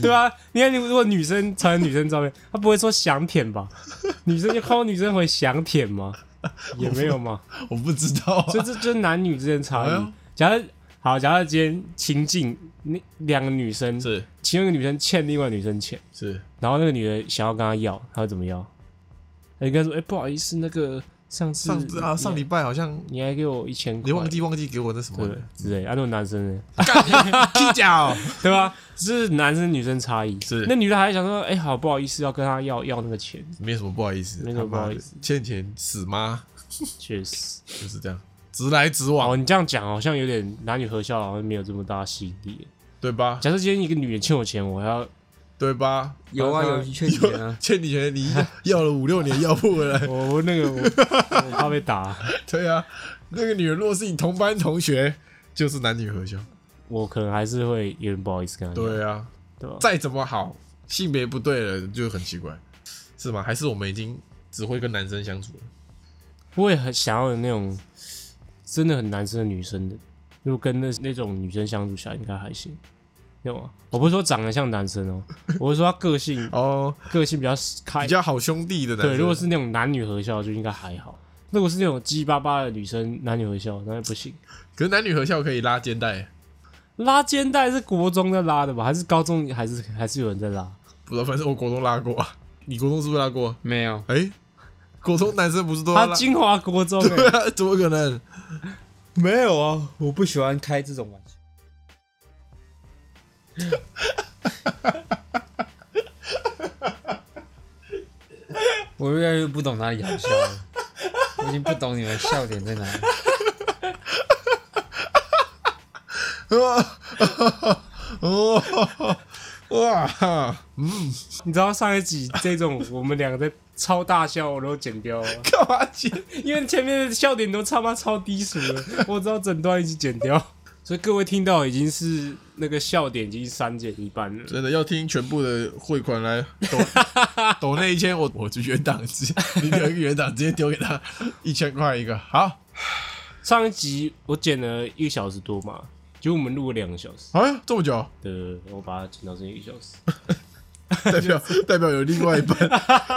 S3: 对啊，你看，如果女生传女生照片，她不会说想舔吧？女生就看到女生回想舔吗？也没有嘛，
S2: 我不知道、啊
S3: 所，以这就是男女之间的差
S2: 哎呦
S3: 异。假如好，假如今天情境，那两个女生，
S2: 是
S3: 其中一个女生欠另外一个女生钱，
S2: 是
S3: 然后那个女的想要跟他要，他怎么要？他就跟他说：“哎、不好意思，那个上次
S2: 上次啊，
S3: 你
S2: 上礼拜好像
S3: 你还给我一千块，
S2: 你忘记忘记给我那什么
S3: 对之类的。”啊，那种男生呢，
S2: 踢脚，
S3: 对吧、就是男生女生差异。
S2: 是
S3: 那女的还想说：“哎、好不好意思，要跟他要要那个钱。
S2: 没什么不好意思，
S3: 没什么
S2: 他妈的
S3: 不好意思
S2: 欠钱死吗？”
S3: 确实，
S2: 就是这样，直来直
S3: 哦，
S2: 往，
S3: 你这样讲好像有点男女合校，好像没有这么大吸引力。
S2: 对吧？
S3: 假设今天一个女的欠我钱，我还要
S2: 对吧？
S4: 有啊，有确实啊，
S2: 欠你钱，你要了五六年要不回 来，
S3: 我我那个我我怕被打，
S2: 对啊。那个女人若是你同班同学，就是男女
S3: 哎
S2: 合校，
S3: 我可能还是会有点不好意思跟他。
S2: 对啊。
S3: 对吧？
S2: 再怎么好，性别不对了就很奇怪，是吗？还是我们已经只会跟男生相处了？
S3: 我也很想要有那种真的很男生的女生的，如果跟那那种女生相处起来，应该还行，懂吗？我不是说长得像男生哦、我是说他个性
S2: 哦，
S3: 个性比较开
S2: 比，较好兄弟的男生，
S3: 对，如果是那种男女合校就应该还好。如果是那种鸡巴巴的女生男女合校，那就不行。
S2: 可是男女合校可以拉肩带，
S3: 拉肩带是国中在拉的吧？还是高中还是还是有人在拉？
S2: 不知道，反正我国中拉过啊，你国中是不是拉过？
S4: 没有，
S2: 哎、国中男生不是都要
S3: 他
S2: 啊拉？
S3: 金华国中、
S2: 对
S3: 欸，
S2: 啊， 怎么可能？
S4: 没有啊，我不喜欢开这种玩笑。 我越来越不懂哪里好笑了，我已经不懂你们笑点在哪里。
S2: 哦，哇，
S3: 你知道上一集这种我们两个在超大笑，我都剪掉了。
S2: 干嘛去？
S3: 因为前面的笑点都他妈超低俗的，我只好整段一起剪掉。所以各位听到已经是那个笑点已经删减一半了。
S2: 真的要听全部的汇款来 抖抖那一千，我我就原档直 接，你有一个原档直接丢给他一千块一个，好，
S3: 上一集我剪了一个小时多嘛，结果我们录了两个小时。
S2: 哎，这么 久，
S3: 对，我把它剪到剩一个小时。
S2: 代表代表有另外一 半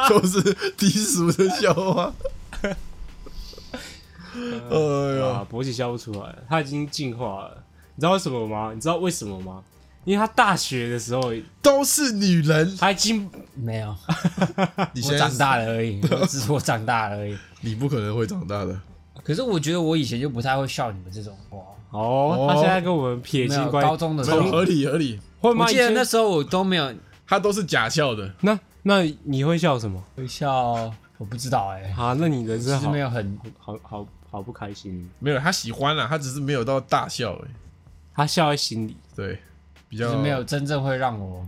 S2: 都是低俗的笑 话。哎呦，
S3: 啊，勃起笑不出来，他已经进化了。你知道为什么吗？你知道为什么吗？因为他大学的时候，
S2: 都是女人。
S3: 他已经
S4: 没有，
S2: 你
S4: 我
S2: 现在
S4: 长大了而已，我只是我 长大了而已。
S2: 你不可能会长大的。
S4: 可是我觉得我以前就不太会笑你们这种话，
S3: 哦，他现在跟我们撇
S4: 没
S3: 清
S4: 有
S3: 关系。
S4: 高中的
S2: 没
S4: 时候
S2: 有，合理合理，
S3: 会吗？
S4: 我记得
S3: 以前
S4: 那时候我都没有
S2: 他都是假笑的。
S3: 那那你会笑什么？
S4: 会笑，我不知道哎、
S3: 啊，那你人
S4: 就
S3: 生
S4: 是
S3: 好
S4: 没有很
S3: 好好好不开心。
S2: 没有，他喜欢了，他只是没有到大笑而已。
S3: 他笑在心里，
S2: 对，比
S4: 就
S2: 较
S4: 是没有真正会 让我。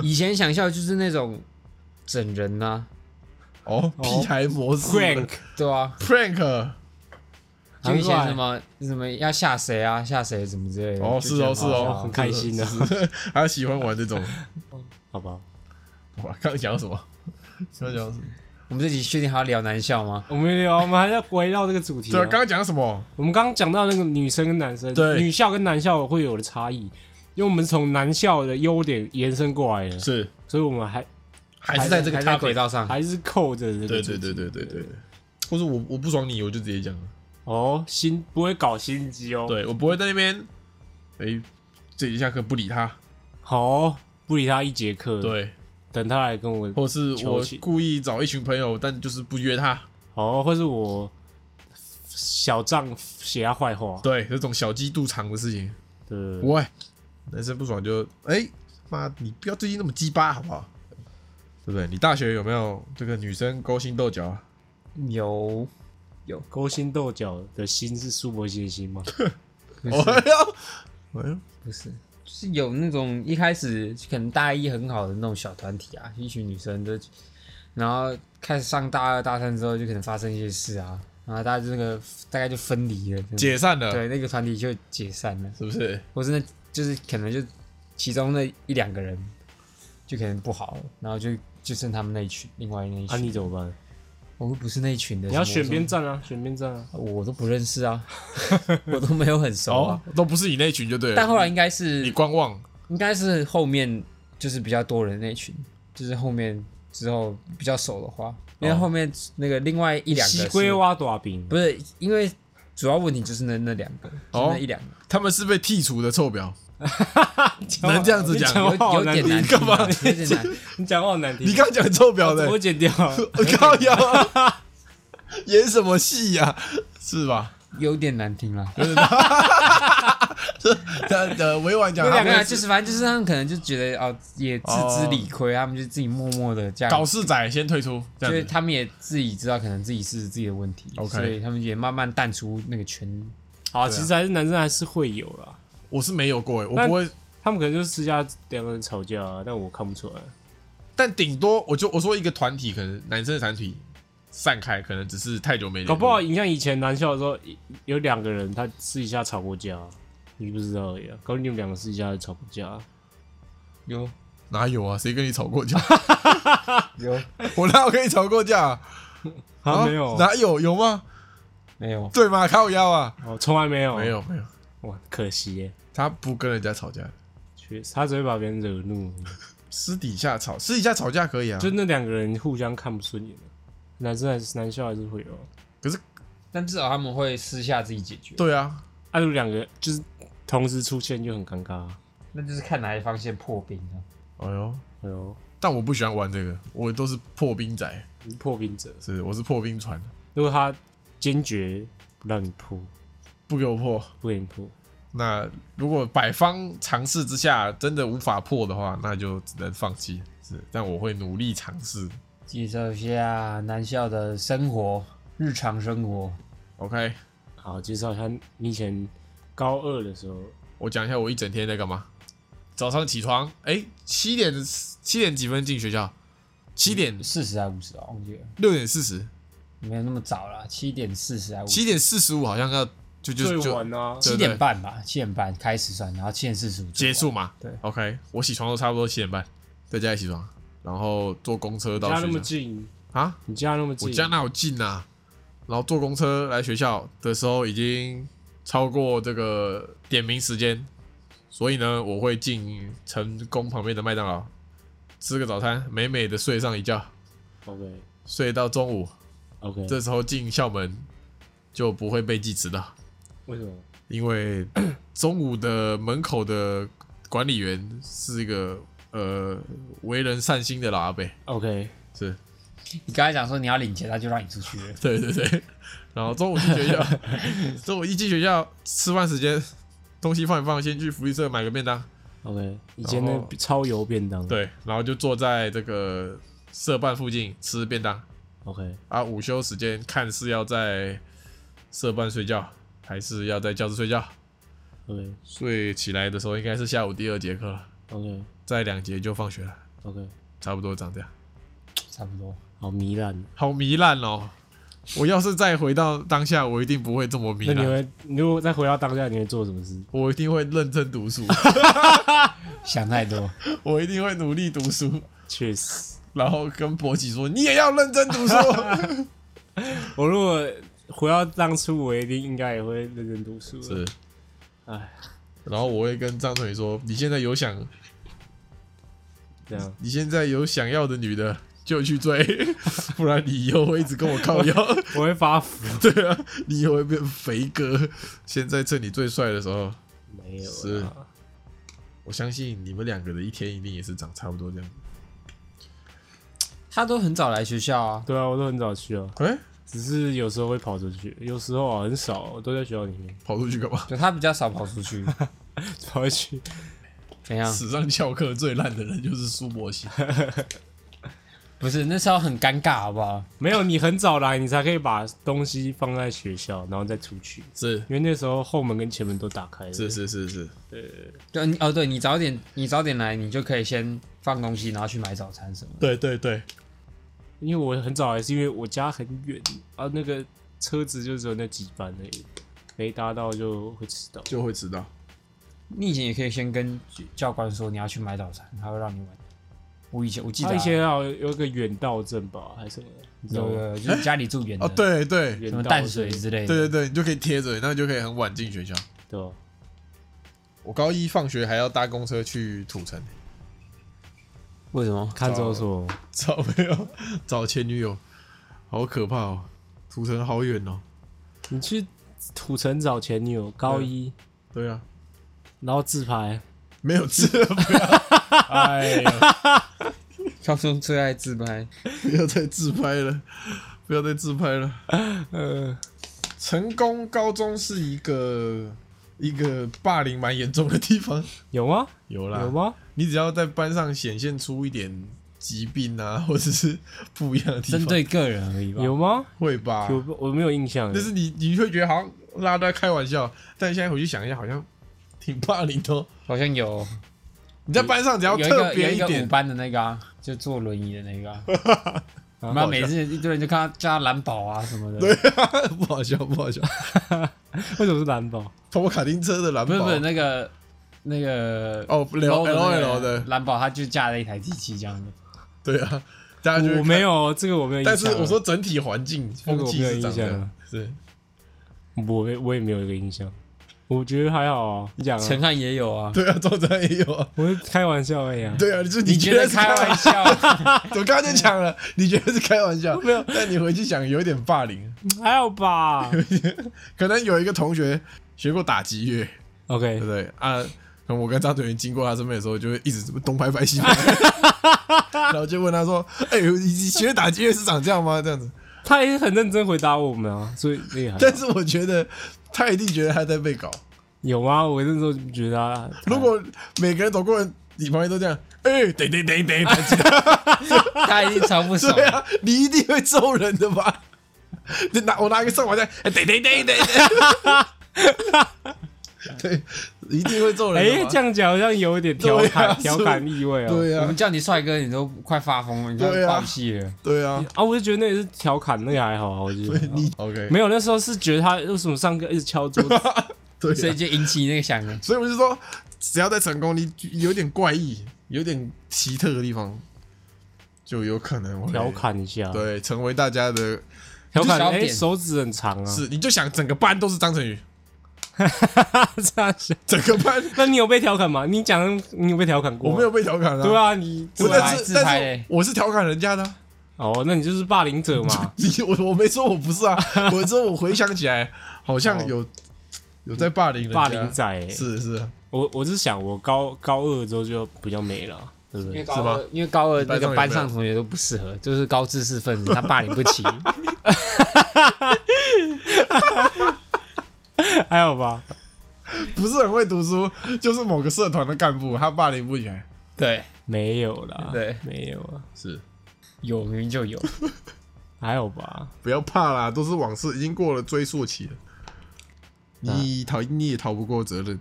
S4: 以前想笑就是那种整人呐、
S2: 哦，屁孩模式
S3: prank
S4: 对啊，
S2: prank
S4: 就以前
S3: 难怪
S4: 什么什么要吓谁啊，吓谁什么之类的。
S2: 哦，
S4: 就是觉得
S2: 哦
S4: 很
S2: 是
S4: 好笑
S2: 哦，
S3: 很开心啊
S2: 是是是他喜欢玩这种。
S3: 好吧？
S2: 哇，刚刚讲什么？刚刚讲什么？
S4: 我们这集确定还要聊男校吗？
S3: 我们聊，我们还在围绕这个主题
S2: 对啊，
S3: 啊、
S2: 刚刚讲什么？
S3: 我们刚刚讲到那个女生跟男生，
S2: 对
S3: 女校跟男校会有的差异，因为我们是从男校的优点延伸过来的，
S2: 是
S3: 所以我们还
S2: 还是在这个
S4: 还在
S2: topic
S4: 轨道上，
S3: 还是扣着这个
S2: 对
S3: 主
S2: 对
S3: 题
S2: 对对对对对，或者我我不爽你，我就直接讲了。
S3: 哦，心不会搞心机哦，，
S2: 对我不会在那边，哎，这一下课不理他，
S3: 好、不理他一节课，，
S2: 对，
S3: 等他来跟我，
S2: 或是
S3: 求
S2: 我
S3: 情
S2: 故意找一群朋友，但就是不约他，
S3: 哦，或是我小账写他坏话，
S2: 对，这种小鸡肚肠的事情，
S3: 对，
S2: 喂，男生不爽就哎妈，你不要最近那么鸡巴好不好？对不对？你大学有没有这个女生勾心斗角啊？
S4: 有
S3: 勾心斗角的心是苏博西 的心吗？
S4: 不是、
S2: 哎呦，哎呦，
S4: 不是，就是有那种一开始可能大一很好的那种小团体啊，一群女生的，然后开始上大二大三之后就可能发生一些事啊，然后大家就那个大概就分离了，这样
S2: 解散了，
S4: 对，那个团体就解散了，
S2: 是不是？
S4: 或是那就是可能就其中那一两个人就可能不好了，然后就就剩他们那一群，另外那一
S3: 啊，
S4: 群，
S3: 你怎么办？
S4: 我又不是那一群的，
S3: 你要
S4: 什么
S3: 选边，站啊，选边站啊。
S4: 我我都不认识啊， 我都没有很熟
S2: 哦
S4: 啊，，
S2: 都不是你那群就对了。
S4: 但后来应该
S2: 你
S4: 是
S2: 观望，
S4: 应该是后面就是比较多人那一群，就是后面之后比较熟的话，因为
S2: 哦
S4: 后面那个另外一两个
S3: 西
S4: 是
S3: 龟挖大饼，
S4: 不是因为主要问题就是那那两个，就
S2: 哦
S4: 那一两个。
S2: 他们是被剔除的臭婊，
S3: 话
S2: 能这样子
S3: 你
S2: 讲
S3: 讲话好
S4: 有
S3: 难
S4: 点
S3: 听
S4: 难
S2: 你干嘛
S4: 有点难。
S3: 你讲话好难 听。
S2: 你刚讲臭婊的
S3: 我，剪掉了，
S2: 我靠腰啊，演什么戏呀？是吧？
S4: 有点难听啦。
S2: 呃呃，委婉讲，
S3: 那
S2: 他
S3: 两
S4: 没有
S2: 们
S4: 啊，就是反正就是他们可能就觉得哦，也自知理亏，他们就自己默默的这样
S2: 搞事仔先退出，这
S4: 就
S2: 样
S4: 是
S2: 子。
S4: 他们也自己知道，可能自己是自己的问题
S2: OK
S4: 所以他们也慢慢淡出那个圈。
S3: 好，其实还是男生还是会有啦。
S2: 我是没有过欸，我
S3: 那
S2: 不会，
S3: 他们可能就是私下两个人吵架啊，但我看不出来。
S2: 但顶多我就我说一个团体，可能男生的团体散开，可能只是太久没联络
S3: 搞不好你像以前男校的时候，有两个人他私底下吵过架，你不知道而已啊。搞不好你们两个私底下吵过架，
S4: 有
S2: 哪有啊？谁跟你吵过架？
S4: 有
S2: 我哪有跟你吵过架啊？
S3: 啊没有，
S2: 哪有有吗？
S4: 没有？
S2: 对吗？靠腰啊？
S3: 哦从来没有，
S2: 没有没有，
S3: 哇，可惜耶，
S2: 他不跟人家吵架，
S3: 确实他只会把别人惹怒，
S2: 私底下吵，私底下吵架可以啊。
S3: 就那两个人互相看不顺眼男生还是男校还是会有，
S4: 但至少他们会私下自己解决。
S2: 对啊，
S3: 啊，如果两个就是同时出现就很尴尬。
S4: 那就是看哪一方先破冰啊。
S2: 哎呦，
S3: 哎呦，
S2: 但我不喜欢玩这个，我都是破冰仔，
S3: 你是破冰者，
S2: 是我是破冰船，
S3: 如果他坚决不让你破，
S2: 不给我破。
S3: 不给你破，
S2: 那如果百方尝试之下真的无法破的话，那就只能放弃。是，但我会努力尝试。
S4: 介绍一下男校的生活，日常生活。
S2: OK，
S3: 好，介绍一下你以前高二的时候，
S2: 我讲一下我一整天在干嘛。早上起床，哎、七点七点几分进学校，七点
S4: 四十还五十啊？忘记了，
S2: 六点四十，
S4: 没有那么早啦，七点四十还五
S2: 七点四十五好像要就就
S3: 最
S2: 就
S3: 晚啊，
S2: 对
S4: 七点半吧，七点半开始算，然后七点四十五
S2: 结。束嘛。
S4: 对
S2: ，OK，我起床都差不多七点半，在家里起床，然后坐公车
S3: 你
S2: 到
S3: 家那
S2: 学
S3: 么
S2: 校
S3: 近，
S2: 啊，
S3: 你家那么近，
S2: 我家哪有近啊？然后坐公车来学校的时候已经超过这个点名时间，所以呢，我会进成功旁边的麦当劳吃个早餐，美美的睡上一觉，
S3: OK
S2: 睡到中午。
S3: OK，
S2: 这时候进校门就不会被记迟到，
S3: 为什么？
S2: 因为 中午的门口的管理员是一个呃为人善心的老阿伯，
S3: OK，
S2: 是
S4: 你刚才讲说你要领钱，他就让你出去了。
S2: 对对对。然后中午进学 校，中午一进学校吃饭时间，东西放一放，先去福利社买个便当，
S3: OK，以前
S2: 然
S3: 那
S2: 后
S3: 超油便当，啊
S2: 对，然后就坐在这个社办附近吃便当。
S3: ，OK，
S2: 啊，午休时间看是要在社办睡觉，还是要在教室睡觉？
S3: OK
S2: 睡起来的时候应该是下午第二节课了，
S3: OK
S2: 再两节就放学了，
S3: OK，
S2: 差不多长这样。
S4: 差不多。
S3: 好糜烂。
S2: 好糜烂哦！我要是再回到当下，我一定不会这么
S3: 那
S2: 糜
S3: 你
S2: 烂，
S3: 会，你如果再回到当下，你会做什么事？
S2: 我一定会认真读 书，
S4: 想太 多，
S2: 我一定会努力读书，
S3: 确实，
S2: 然后跟博奇说：“你也要认真读书。
S3: 我如果回到当初，我一定应该也会认真读书”了。
S2: 是，
S3: 哎，
S2: 然后我会跟张腿说：“你现在有想，
S3: 这样
S2: 你现在有想要的女的。”就去追， 不然你以后会一直跟我靠腰。
S3: 我会发福。
S2: 对啊，你以后会变肥哥。现在趁你最帅的时候，
S3: 没有
S2: 是
S3: 啦，
S2: 我相信你们两个的一天一定也是长差不多这样。
S4: 他都很早来学校啊。
S3: 对啊，我都很早去啊，
S2: 哎、
S3: 只是有时候会跑出去，有时候啊很少，我都在学校里面
S2: 跑出去干嘛？
S4: 就他比较少跑出 去，
S3: 跑去。
S4: 怎样？
S2: 史上翘课最烂的人就是苏博西。
S4: 不是那时候很尴尬，好不好？
S3: 没有，你很早来，你才可以把东西放在学校，然后再出去。
S2: 是
S3: 因为那时候后门跟前门都打开了。
S2: 是是是是，
S4: 对，你哦，对你早点，你早点来，你就可以先放东西，然后去买早餐什么的。
S2: 对对对，
S3: 因为我很早来，是因为我家很远啊，那个车子就只有那几班而已，没搭到就会迟到。
S2: 就会迟到。
S4: 你以前也可以先跟教官说你要去买早餐，他会让你玩。我以前我记得、
S3: 他以
S4: 啊、
S3: 前好像有哦一个远道证吧，还是什么？你知道
S4: 有
S3: 吗？
S4: 有有就是家里住远的，
S2: 哦，对对
S3: 远
S4: 什么
S3: 道
S4: 淡
S3: 证
S4: 水之类的。
S2: 对对对，你就可以贴着，那就可以很晚进学校。
S3: 对吧？
S2: 我高一放学还要搭公车去土城，
S4: 为什么？
S3: 看守所
S2: 找没有 找前女友，好可怕哦！土城好远哦。
S3: 你去土城找前女友，高一，
S2: 对啊，
S3: 然后自拍，
S2: 没有字了， 不要
S3: 哎 呀，
S4: 高中最爱自拍，
S2: 不要再自拍了，不要再自拍了。
S3: 呃，
S2: 成功高中是一个一个霸凌蛮严重的地方，
S3: 有吗？
S2: 有啦，
S3: 有吗？
S2: 你只要在班上显现出一点疾病啊，或者是不一样的地方，
S4: 针对个人而已吧。
S3: 有吗？
S2: 会吧？
S3: 有我没有印象。
S2: 但是你你会觉得好像大家都在开玩笑，但现在回去想一下，好像挺霸凌的哦。
S4: 好像有
S2: 你在班上只要
S4: 有一个
S2: 特
S4: 有
S2: 别
S4: 一个
S2: 点
S4: 五，班的那个啊，就坐轮椅的那个啊，
S3: 啊
S4: 妈每次一堆人就看他叫他蓝宝啊什么的，
S2: 对啊， 不好笑，不好笑。
S3: 为什么是蓝宝？
S2: 跑跑卡丁车的蓝
S4: 不
S2: 宝，
S4: 是不是那个那个
S2: 哦，L
S4: low 的
S2: L
S4: 那个
S2: L 的，
S4: 蓝宝，他就架了一台机器这样子。
S2: 对啊，大家就会
S3: 我
S2: 看
S3: 没，有这个，我没有印象。
S2: 但是
S4: 啊
S2: 我说整体环境
S3: 这个
S2: 风
S3: 我
S2: 气
S3: 没有
S2: 是长
S3: 印
S2: 这样
S3: 象，，
S2: 对，
S3: 我没我也没有一个印象。我觉得还好啊，你讲啊，
S4: 陈汉也有啊，
S2: 对啊，中山也有啊，
S3: 我是开玩笑而已啊。
S2: 对啊，就是
S4: 你觉得
S2: 是
S4: 开玩笑啊？
S2: 我刚刚就讲了，你觉得是开玩笑，没有？但你回去想，有一点霸凌，
S3: 还好吧
S2: 可能有一个同学学过打击乐，对
S3: ？OK，
S2: 不对啊？可能我跟张队员经过他身边的时候，就会一直东拍拍西 拍，然后就问他说：“哎、你学打击乐是长这样吗？”这样子，
S3: 他也很认真回答我们啊，所以厉害。
S2: 但是我觉得他一定觉得他在被搞。
S3: 有吗？我那时候就觉得啊，
S2: 如果每个人走过来，你旁边都这样，哎、得得得得，弹吉他
S4: 他一定超不爽
S2: 对。啊， 你一定会揍人的吧？ 你拿我拿一个扫把在，哎、得得得得得， 对，一定会揍人的
S3: 哎
S2: 嘛。，
S3: 这样讲好像有一点调
S2: 对啊
S3: 侃
S2: 是
S3: 调侃意味哦。
S2: 对
S4: 我
S2: 呀、
S4: 们
S2: 啊，
S4: 叫你帅哥，你都快发疯了，你
S2: 对
S4: 都
S2: 啊
S4: 爆气了。
S2: 对啊，
S3: 啊，我就觉得那也是调侃，那个还好啊，我觉得。
S2: 你 OK
S3: 没有，那时候是觉得他为什么上课一直敲桌子？
S2: 对、啊，
S4: 所以就引起那个响了。
S2: 所以我就说，只要在成功，你有点怪异，有点奇特的地方，就有可能会
S3: 调，侃啊一下，
S2: 对，成为大家的
S3: 调侃
S4: 就小
S3: 哎，
S4: 点
S3: 手指很长啊，
S2: 是，你就想整个班都是张晨宇，
S3: 这样想。
S2: 整个班
S3: 那你有被调侃吗？你讲你有被调侃过？
S2: 我没有。被调侃啊，
S3: 对，啊，你
S2: 我
S4: 自
S2: 但
S4: 拍
S2: 是
S4: 自拍
S2: 但是
S4: 欸
S2: 我是调侃人家的啊、。
S3: 哦，那你就是霸凌者嘛
S2: 你我我没说我不是啊，我说我回想起来，好像有、有在霸凌人家，
S3: 霸凌仔欸、
S2: 啊是是，
S3: 我我是想，我高高二之后就比较没了，对不对？
S4: 高
S2: 二是吗，
S4: 因为高二那个
S2: 班
S4: 班
S2: 上
S4: 上同学都不适合，就是高知识分子，他霸凌不起。
S3: 还好吧？
S2: 不是很会读书，就是某个社团的干部，他霸凌不起来，
S4: 对
S3: 没有啦，
S4: 对，
S3: 没有啊，
S2: 是
S4: 有明明就有，
S3: 还好吧？
S2: 不要怕啦，都是往事，已经过了追溯期了。你逃你也逃不过责任，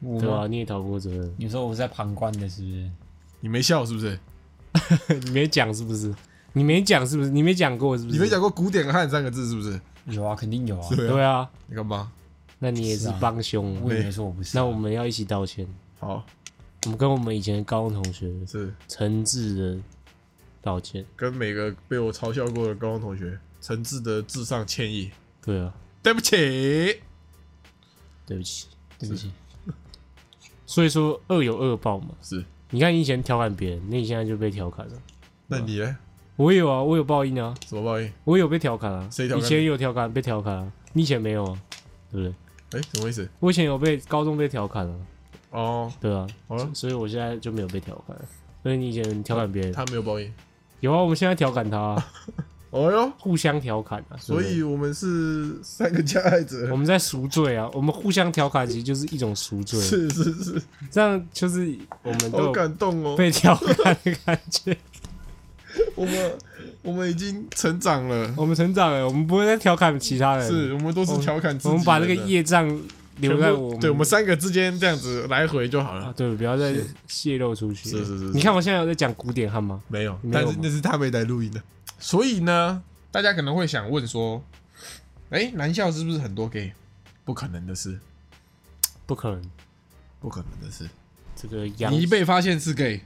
S4: 我
S3: 对啊，
S4: 吗？
S3: 你也逃不过责任，
S4: 你说我在旁观的，是不是？
S2: 你没笑是不是？
S3: 你没讲是不是？你没讲是不是？你没讲过是不是？
S2: 你没讲过“古典汉”三个字是不是？
S4: 有啊，肯定有啊。
S2: 对
S3: 对
S2: 啊，
S3: 啊，
S2: 你干嘛？
S3: 那你也是
S4: 是啊
S3: 帮凶啊、
S4: 我也没说我不是啊。
S3: 那我们要一起道歉，
S2: 好，
S3: 我们跟我们以前的高中同学
S2: 是
S3: 诚挚的道歉。
S2: 跟每个被我嘲笑过的高中同学诚挚的致上歉意，
S3: 对啊，
S2: 对不起。
S3: 对不起。
S4: 对不起，
S3: 所以说恶有恶报嘛。
S2: 是，
S3: 你看你以前调侃别人，那你现在就被调侃了。
S2: 那你呢？
S3: 我有啊，我有报应啊，
S2: 什么报应？
S3: 我有被调侃啊。
S2: 谁调
S3: 以
S2: 侃
S3: 前
S2: 你
S3: 有调侃被调侃啊，你以前没有啊，对不对？
S2: 哎、什么意思？
S3: 我以前有被高中被调侃啊，
S2: 哦，
S3: 对啊，
S2: 好了，
S3: 所以我现在就没有被调侃了。所以你以前调侃别人，
S2: 他没有报应。
S3: 有啊，我们现在调侃 他啊、
S2: 哦哟，
S3: 互相调侃啊。对
S2: 所
S3: 不对
S2: 以我们是三个加害者
S3: 我。们在赎罪啊，我们互相调侃其实就是一种赎罪，
S2: 是是是，
S3: 这样就是我们都
S2: 好
S3: 有
S2: 感动哦。
S3: 被调侃的感觉。
S2: 我们我们已经成长了，
S3: 我们成长了，我们不会再调侃其他人，
S2: 是我们都是调侃自己
S3: 我们把那个
S2: 人的
S3: 业障留在
S2: 全部
S3: 我们，
S2: 对我们三个之间这样子来回就好
S3: 啊，
S2: 了。
S3: 对，不要再泄露出去。
S2: 是是是是
S3: 你看我现在有在讲古典汉吗？
S2: 没有，
S3: 没有
S2: 但是
S3: 吗
S2: 那是他没来录音的。所以呢，大家可能会想问说，哎、南校是不是很多 gay？不可能的事，
S3: 不可能，
S2: 不可能的事。
S3: 这个阳
S2: 你一被发现是 gay，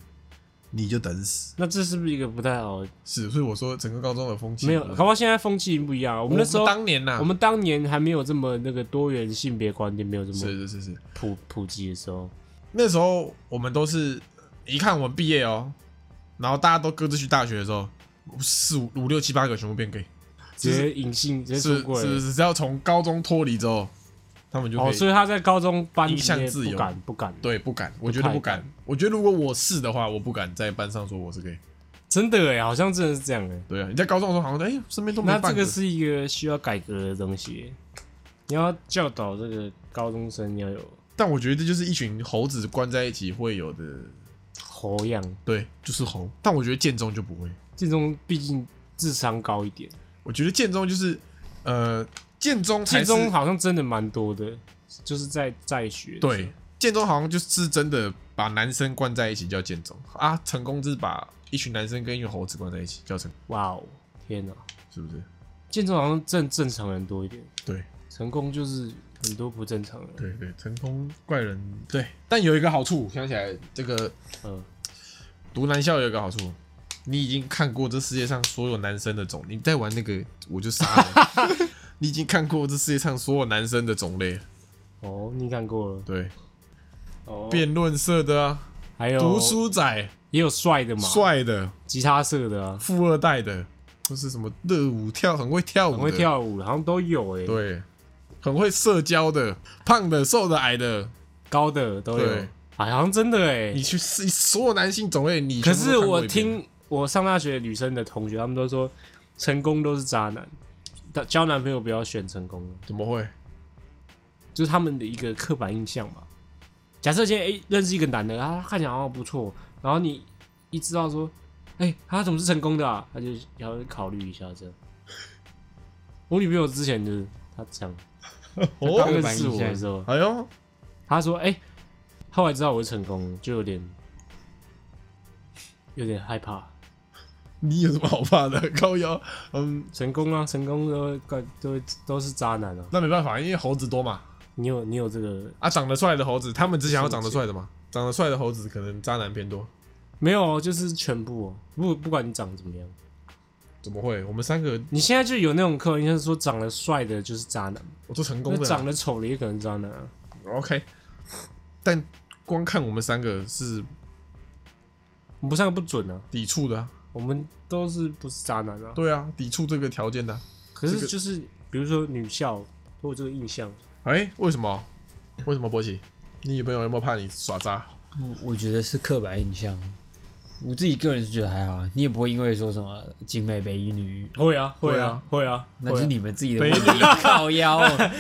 S2: 你就等死。
S3: 那这是不是一个不太好？
S2: 是，所以我说整个高中的风气
S3: 没有，
S2: 不
S3: 搞不好现在风气不一样啊。我
S2: 我
S3: 们那时候，
S2: 当年呐、
S3: 我们当年还没有这么那个多元性别观念没有这
S2: 是
S3: 么
S2: 是是是，
S3: 普普及的时候，
S2: 那时候我们都是一看我们毕业哦，然后大家都各自去大学的时候，四五五六七八个全部变 gay，
S3: 直接隐性直接
S2: 是
S3: 出轨，
S2: 是是，只要从高中脱离之后，他们就可
S3: 哦，
S2: 以、
S3: 所以他在高中班
S2: 影响
S3: 级内
S2: 自由
S3: 不敢不敢，
S2: 对不敢，我觉得
S3: 太
S2: 不敢。我觉得如果我是的话，我不敢在班上说我是 gay。
S3: 真的哎，好像真的是这样哎。
S2: 对啊，你在高中的时候好像哎、身边都没
S3: 那
S2: 伴
S3: 这个
S2: 着
S3: 是一个需要改革的东西，你要教导这个高中生要有
S2: 但我觉得这就是一群猴子关在一起会有的，
S3: 猴样，
S2: 对，就是猴。但我觉得建中就不会，
S3: 这种毕竟智商高一点，
S2: 我觉得建中就是呃，建中才
S3: 建
S2: 是
S3: 中好像真的蛮多的，就是在在学的时候
S2: 对，建中好像就是真的把男生关在一起叫建中啊，成功就是把一群男生跟一群猴子关在一起叫成功，
S3: 哇哦，天哪！
S2: 是不是？
S3: 建中好像正正常人多一点，
S2: 对
S3: 成功就是很多不正常人。
S2: 对对，成功怪人对，但有一个好处，想起来这个
S3: 嗯，
S2: 读男校有一个好处，你已经看过这世界上所有男生的种，你再玩那个我就杀了。 你已经看过这世界上所有男生的种类了，
S3: 哦，你看过了，
S2: 对，
S3: 哦，
S2: 辩论社的啊，
S3: 还有嗯
S2: 读书仔，
S3: 也有帅的嘛，
S2: 帅的，
S3: 吉他社的啊，
S2: 富二代的，或是什么热舞跳很会跳舞，
S3: 很会，跳舞，好像都有哎、
S2: 对，很会社交的，胖的、瘦的、矮的，
S3: 高的都有，
S2: 对
S3: 哎，好像真的哎、
S2: 你去试所有男性种类，你
S3: 可
S2: 全部都
S3: 是
S2: 看过
S3: 我
S2: 一遍
S3: 听我上大学女生的同学，他们都说成功都是渣男，但交男朋友不要选成功的，
S2: 怎么会？
S3: 就是他们的一个刻板印象吧。假设今天哎、诶认识一个男的，他看起来好像不错，然后你一知道说，哎、他怎么是成功的啊？他就要考虑一下这样。我女朋友之前就是她这样，她
S2: 哦，
S3: 认识我的时候，
S2: 哎呦，
S3: 她说哎、诶后来知道我是成功，就有点有点害怕。
S2: 你有什么好怕的？高腰，嗯，
S3: 成功啊，成功都干都都是渣男啊！
S2: 那没办法，因为猴子多嘛。
S3: 你有你有这个
S2: 啊，长得帅的猴子，他们只想要长得帅的嘛。长得帅的猴子可能渣男偏多。
S3: 没有哦？就是全部哦，不不管你长得怎么样，
S2: 怎么会？我们三个，
S3: 你现在就有那种刻板印象，说长得帅的就是渣男，
S2: 我做成功
S3: 那
S2: 的、
S3: 长
S2: 啊。
S3: 得丑的也可能渣男啊。
S2: OK，但光看我们三个是
S3: 我们三个不准啊，
S2: 抵触的、啊。
S3: 我们都是不是渣男啊？
S2: 对啊，抵触这个条件的、啊。
S3: 可
S2: 这
S3: 是
S2: 个
S3: 就是比如说女校都有这个印象，
S2: 哎、为什么？为什么波奇？你女朋友有没有怕你耍渣？
S4: 我觉得是刻板印象。我自己个人是觉得还好，啊，你也不会因为说什么景美北一女，
S3: 会啊
S2: 会啊
S3: 会啊，
S4: 那是你们自己的
S2: 北
S4: 问
S2: 一
S4: 题， 靠腰、哦，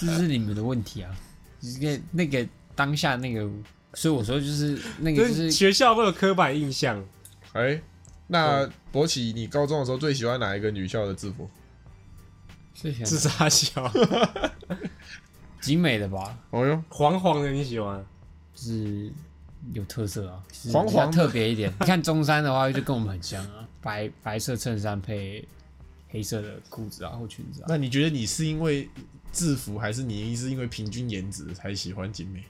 S4: 这是你们的问题啊。就是那那个当下那个，所以我说就是那个
S3: 就
S4: 就是是
S3: 学校会有刻板印象，
S2: 哎、那博奇，你高中的时候最喜欢哪一个女校的制服？
S4: 最喜欢
S3: 是傻 笑，
S4: 景美的吧，
S2: 哦哟，
S3: 黄黄的你喜
S4: 嗯
S3: 欢？
S4: 就是有特色啊，就是
S2: 黄黄的
S4: 比较特别一点。你看中山的话，就跟我们很像啊，白白色衬衫配黑色的裤子啊或裙子啊。
S2: 那你觉得你是因为制服，还是你是因为平均颜值才喜欢景美？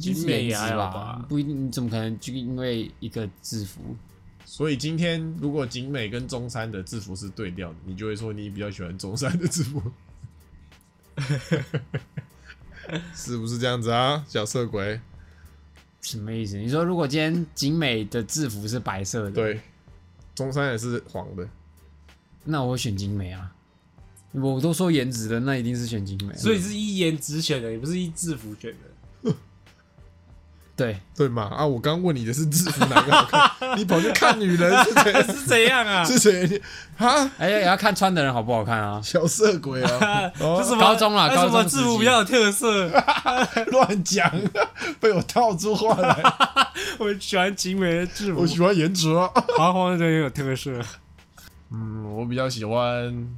S4: 就是
S3: 美
S4: 颜值
S3: 也还好吧
S4: 吧，不一定，你怎么可能就因为一个制服？
S2: 所以今天如果景美跟中山的制服是对调的，你就会说你比较喜欢中山的制 服，是不是这样子啊，小色鬼？
S4: 什么意思？你说如果今天景美的制服是白色的，，
S2: 对，中山也是黄的，
S4: 那我会选景美啊。我都说颜值的，那一定是选景美啊。
S3: 所以是一颜值选的，也不是一制服选的。
S4: 对，
S2: 对嘛？啊，我刚问你的是制服哪个好 看，你跑去看女人是 谁？
S3: 是怎样 啊？
S2: 是谁？啊，
S4: 而哎且也要看穿的人好不好看啊。
S2: 小色鬼啊！
S3: 这
S2: 哦，
S3: 什么
S4: 高中啦
S3: 那什
S4: 高
S3: 么
S4: 中时
S3: 制服
S4: 期
S3: 比较有特色？
S2: 乱讲，被我套出话来。
S3: 我喜欢景美的制 服
S2: 我，喜欢颜值啊。
S3: 黄黄的也有特色。
S2: 嗯，我比较喜欢，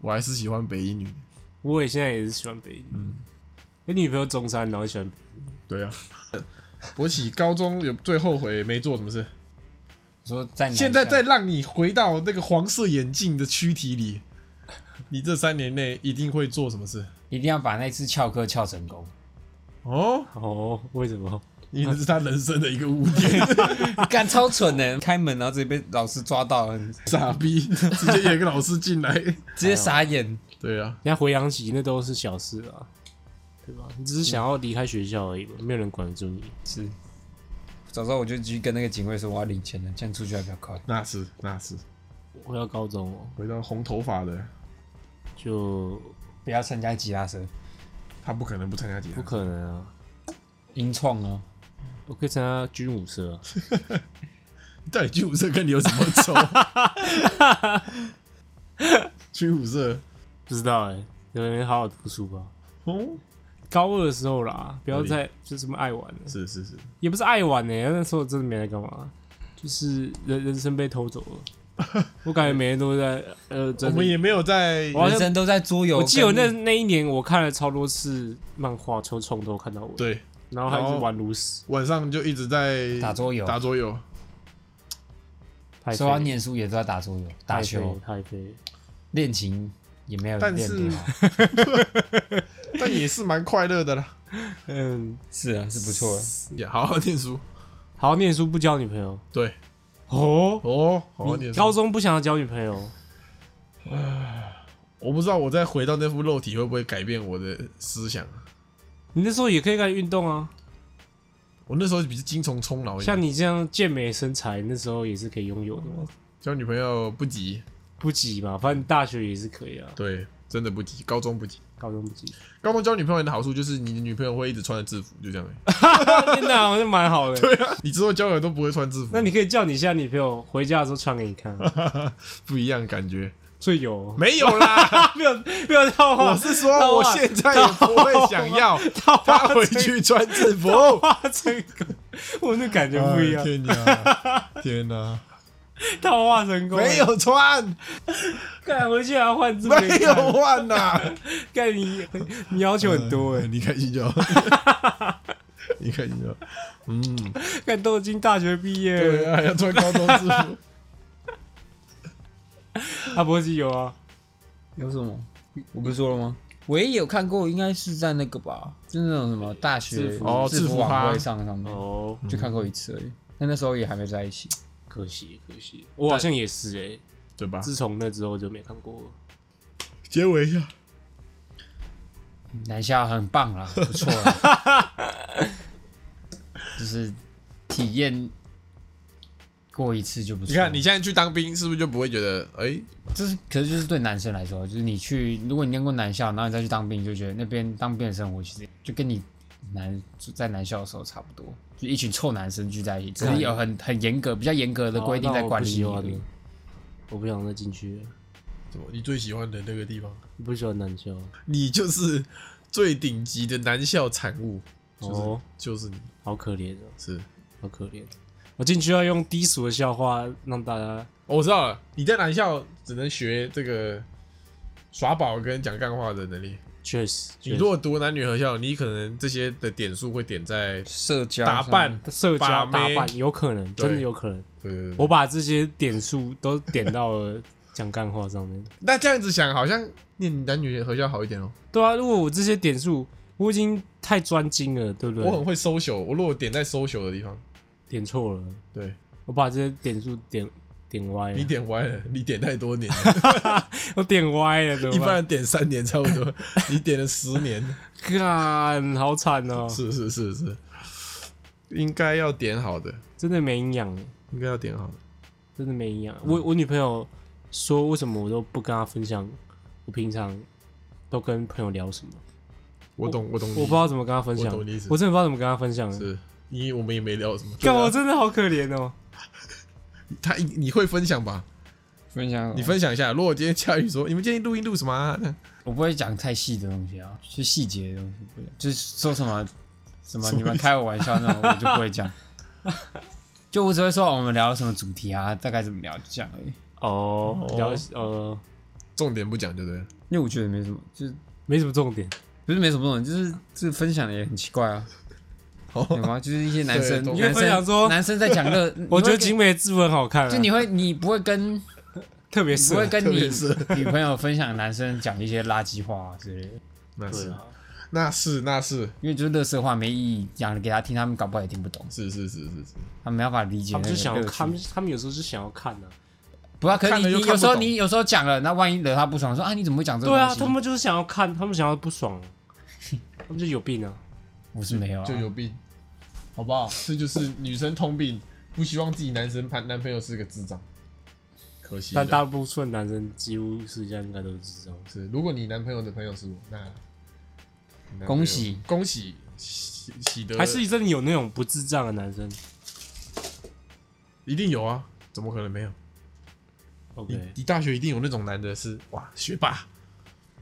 S2: 我还是喜欢北一女。
S3: 我也现在也是喜欢北一，嗯，你女朋友中山，然后喜欢北
S2: 对啊， 博起高中有最后悔没做什么事，
S4: 我说在
S2: 现在再让你回到那个黄色眼镜的躯体里，你这三年内一定会做什么事？
S4: 一定要把那次翘课翘成功。
S2: 哦，
S3: 哦，为什么？
S2: 因为这是他人生的一个污 点，
S4: 干超蠢的，开门然后直接被老师抓到了，
S2: 傻逼，直接有一个老师进来。
S4: 直接傻眼。
S2: 对啊，
S3: 人家回想起那都是小事啊，对吧？你只是想要离开学校而已嘛，没有人管得住你。
S4: 是，早知道我就去跟那个警卫说我要领钱了，这样出去还比较快。
S2: 那是那是，
S3: 回到高中哦，
S2: 回到红头发的，
S3: 就
S4: 不要参加吉拉社，
S2: 他不可能不参加吉他
S3: 不。可能啊！
S4: 音创啊，
S3: 我可以参加军武社啊，
S2: 到底军武社跟你有什么 仇？军武社，
S3: 不知道哎、欸，有人好好读书吧。
S2: 哦，
S3: 高二的时候啦，不要再就这么爱玩了，
S2: 是是是，
S3: 也不是爱玩呢、欸那时候真的没在干嘛，就是人人生被偷走了。我感觉每天都在呃，
S2: 我
S3: 真
S2: 们
S3: 的。
S2: 也没有在
S3: 好像
S4: 人生都在桌游。
S3: 我记得我那那一年我看了超多次漫画，从从头看到尾，
S2: 对
S3: 然后还一直玩炉石，
S2: 晚上就一直在
S4: 打桌游，
S2: 打桌游，
S3: 太
S4: 说要
S3: 废了
S4: 念哦书也都在打桌游、打球、
S3: 太废 了，
S4: 练琴，也没有
S2: 但
S4: 练
S2: 是
S4: 多好。
S2: 但也是蛮快乐的啦。
S3: 嗯，
S4: 是啊，是不错的。
S2: 也好好念书，
S3: 好好念书不交女朋友
S2: 对
S3: 哦，
S2: 哦，好好
S3: 你
S2: 念书。
S3: 高中不想要交女朋友，
S2: 我不知道我再回到那副肉体会不会改变我的思想。
S3: 你那时候也可以开始运动啊，
S2: 我那时候比较精虫充脑一点，
S3: 像你这样健美身材，那时候也是可以拥有的嘛，
S2: 交女朋友不急，
S3: 不急嘛，反正大学也是可以啊，
S2: 对，真的不急，高中不急。
S3: 高中不急，
S2: 高中交女朋友的好处就是你的女朋友会一直穿着制服，就这样、欸。
S3: 真的好像蛮好的。
S2: 对啊，你之后交友都不会穿制服，
S3: 那你可以叫你现在女朋友回家的时候穿给你看啊，
S2: 不一样感觉。
S3: 最有
S2: 没有啦，
S3: 没有没有套话，
S2: 我是说我现在也不会想要
S3: 套话
S2: 她回去穿制服。
S3: 哇，成功，我那感觉不一样
S2: 哎。天哪，天哪，
S3: 套话成功，
S2: 没，有穿，
S3: 干回去还要换字，
S2: 没有，换呐。
S3: 干你你要求很多哎，
S2: 你开心 就好，你开心就好。嗯，
S3: 干都已经大学毕业
S2: 对
S3: 了，
S2: 啊，还要穿高中制 服。
S3: 阿伯基有啊，
S4: 有什么？我不是说了吗？唯一有看过应该是在那个吧，就是那种什么大
S3: 制
S4: 学
S3: 服
S2: 哦制服
S4: 晚
S2: 趴
S4: 会上上面，
S3: 哦，
S4: 就看过一次而已。但那时候也还没在一起。
S3: 可惜可惜，我好像也是哎，
S2: 对吧？
S3: 自从那之后就没看过了。
S2: 结尾一下，
S4: 南下很棒啦，不错啦， 就是体验过一次就不错。
S2: 你看你现在去当兵，是不是就不会觉得哎？
S4: 就是，可是就是对男生来说，就是你去，如果你念过男校，然后你再去当兵，就觉得那边当兵的生活其实就跟你男在男校的时候差不多，就一群臭男生聚在一起，只是有很很严格、比较严格的规定在管理你
S3: 哦那我
S4: 而
S3: 不喜
S4: 已
S3: 欢。我不想再进去了，
S2: 怎么你最喜欢的那个地方？
S3: 我不喜欢男校。
S2: 你就是最顶级的男校产物，就是、
S3: 哦，
S2: 就是你
S3: 好可怜哦，
S2: 是。
S3: 好可怜。我进去要用低俗的笑话让大家
S2: 哦我知道了，你在男校只能学这个耍宝跟讲干话的能力。
S3: 确实，
S2: 你如果读男女合校，你可能这些的点数会点在
S4: 社交
S2: 打扮。
S3: 社交
S2: 把
S3: 打
S2: 妹
S3: 扮有可能，
S2: 对
S3: 真的有可能。
S2: 呃，
S3: 我把这些点数都点到了讲干话上面。
S2: 那这样子想，好像念男女合校好一点哦。
S3: 对啊，如果我这些点数，我已经太专精了，对不对？
S2: 我很会 social，我如果点在 social 的地方，
S3: 点错了，
S2: 对
S3: 我把这些点数点点歪
S2: 你
S3: 了，
S2: 点歪了，你点太多年 了，
S3: 我点歪了，对
S2: 一般
S3: 吧？
S2: 人点三年差不 多，你点了十年，
S3: 干，好惨哦，
S2: 是是是是，应该要点好的，
S3: 真的没营养，
S2: 应该要点好的。
S3: 真的没营
S2: 嗯
S3: 养。我我女朋友说，为什么我都不跟她分享我平常都跟朋友聊什么？
S2: 我懂，我懂你，
S3: 我不知道怎么跟她分享，
S2: 嗯我懂你意思
S3: 真的不知道怎么跟她分享。
S2: 是，因为我们也没聊什么。
S3: 干，我
S2: 对啊
S3: 真的好可怜哦。
S2: 他你会分享吧？
S4: 分享
S2: 你分享一下。如果今天佳宇说，你们今天录音录什么啊？
S4: 我不会讲太细的东西啊，就细节的东西不会，就是说什么什么你们开我玩笑那种，我就不会讲。 就我只会说哦我们聊什么主题啊，大概怎么聊，就这样而已。
S3: 哦，聊呃，
S2: 重点不讲就对了。
S4: 因为我觉得没什么，就是
S3: 没什么重点。
S4: 不是没什么东西，就是这分享的也很奇怪啊，
S2: 好
S3: 哦
S4: 有，吗？就是一些男
S2: 对，
S4: 生
S2: 懂
S4: 男
S3: 你会分享
S4: 生
S3: 说
S4: 男生在讲乐，
S3: 我觉得
S4: 你
S3: 景美的字文好看、啊，
S4: 会跟就你会你不会跟
S3: 特别
S4: 你
S3: 适
S4: 不
S3: 合
S4: 会。跟
S2: 特
S4: 你
S2: 别是
S4: 女朋友分享男生讲一些垃圾话啊之类的，
S2: 那
S3: 对
S2: 是
S3: 啊，
S2: 那是那是
S4: 因为就是乐色话没意义，讲了给他听，他们搞不好也听不懂，
S2: 是是是是是，
S4: 他们没办法理解
S3: 他
S4: 那
S3: 们就
S4: 个乐趣。
S3: 想要看，他们他们有时候是想要看的、
S4: 不要，可是
S2: 看了
S4: 你
S2: 又
S4: 你
S2: 看
S4: 有
S2: 不
S4: 时候
S2: 懂
S4: 你有时候讲了，那万一惹他不爽，说啊你怎么会讲这个
S3: 对
S4: 东
S3: 啊，
S4: 西？
S3: 他们就是想要看，他们想要不 爽，他们就有病啊。
S4: 我是没有、啊，
S2: 就有病，好不好？这就是女生通病，不希望自己男生男男朋友是个智障，可惜了。
S3: 但大部分男生几乎私下应该都是这样。
S2: 是，如果你男朋友的朋友是我，那
S4: 恭喜
S2: 恭喜喜喜得，
S3: 还是真的有那种不智障的男生
S2: 一定有啊？怎么可能没有？你
S3: ？OK，
S2: 你大学一定有那种男的是哇学霸，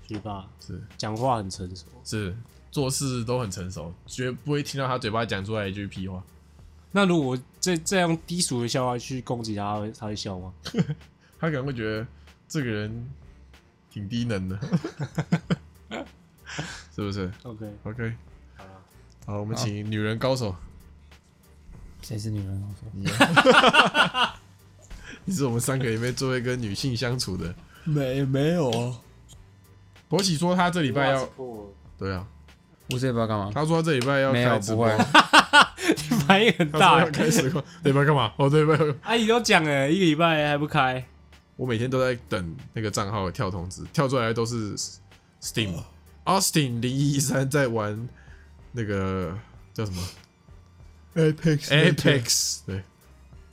S3: 学霸
S2: 是
S3: 讲话很成熟。
S2: 是做事都很成熟，绝不会听到他嘴巴讲出来一句屁话。
S3: 那如果我这这样低俗的笑话去攻击他，他会他会笑吗？
S2: 他可能会觉得这个人挺低能的， 是不是
S3: OK，
S2: ？OK，好，我们请女人高手，
S4: 谁是女人高手？
S2: 你是我们三个里面最会跟女性相处的。
S4: 没没有啊，
S2: 博喜说他这礼拜要对啊，
S4: 我这也不知道干嘛。
S2: 他说他这礼拜要
S4: 没有
S2: 开直
S4: 不
S2: 播
S4: 会，
S3: 反应很
S2: 他说
S3: 大
S2: 要。开 始礼拜干嘛？哦，对，礼拜
S3: 阿姨都讲了一个礼拜还不开，
S2: 我每天都在等那个账号跳通知，跳出来都是 Steam
S4: 哦
S2: Austin 零一三在玩那个叫什么
S5: Apex
S2: Apex，对，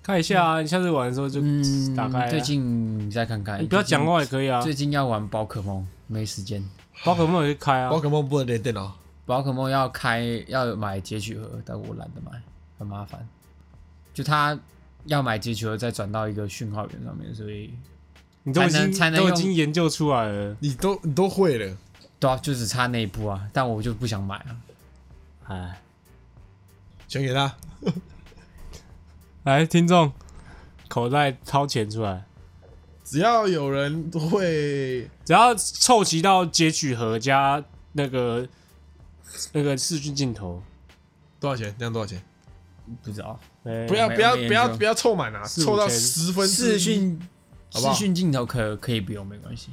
S3: 看一下啊。你下次玩的时候就
S4: 嗯，
S3: 打开啊。
S4: 最近你再看看，
S3: 你不要讲话也可以啊
S4: 最近。。最近要玩宝可梦，没时间。
S3: 宝可梦也可以开啊
S5: 宝。可梦不能连电脑，
S4: 宝可梦要开要买截取盒，但我懒得买，很麻烦。就它要买截取盒，再转到一个讯号源上面，所以
S3: 你都已
S4: 才
S3: 经
S4: 能才能
S3: 都已
S4: 用
S3: 经研究出来了。
S5: 你都你都会了，
S4: 对啊，就只差那一步啊。但我就不想买啊。
S3: 哎，
S5: 钱给他。
S3: 来听众，口袋掏钱出来，
S2: 只要有人会
S3: 只要凑齐到截取盒加那个那个视讯镜头，
S2: 多少钱？这样多少钱？
S4: 不知道，
S3: 哎
S2: 不要
S4: 没
S2: 不要
S4: 没
S2: 不要
S4: 研究
S2: 不要凑满啊，
S3: 四五
S2: 凑到
S3: 千
S2: 十分之
S4: 视
S2: 一，
S4: 讯
S2: 好不好
S4: 视讯镜头可可以不用，没关系。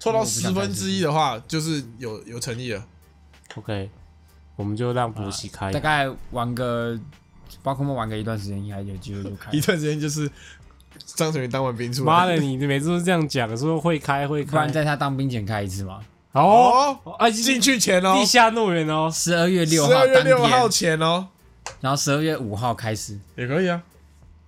S2: 凑到
S4: 我不
S2: 十
S4: 想看
S2: 分之一的话，就是有有诚意了。
S3: OK，我们就让补习开。
S4: 哎大概玩个宝可梦玩个一段时间，应该有机会就开
S2: 一。段时间就是张成云当完兵出来，
S3: 妈的，你每次都这样讲，说会开会
S4: 不
S3: 开
S4: 然，在他当兵前开一次嘛。
S3: 哦，
S2: 哦，
S3: 啊，进
S2: 进去前哦
S3: 地，下诺园哦，
S4: 十二月六
S2: 十
S4: 号
S2: 二月
S4: 当天，
S2: 六号前哦，
S4: 然后十二月五号开始
S2: 也可以啊。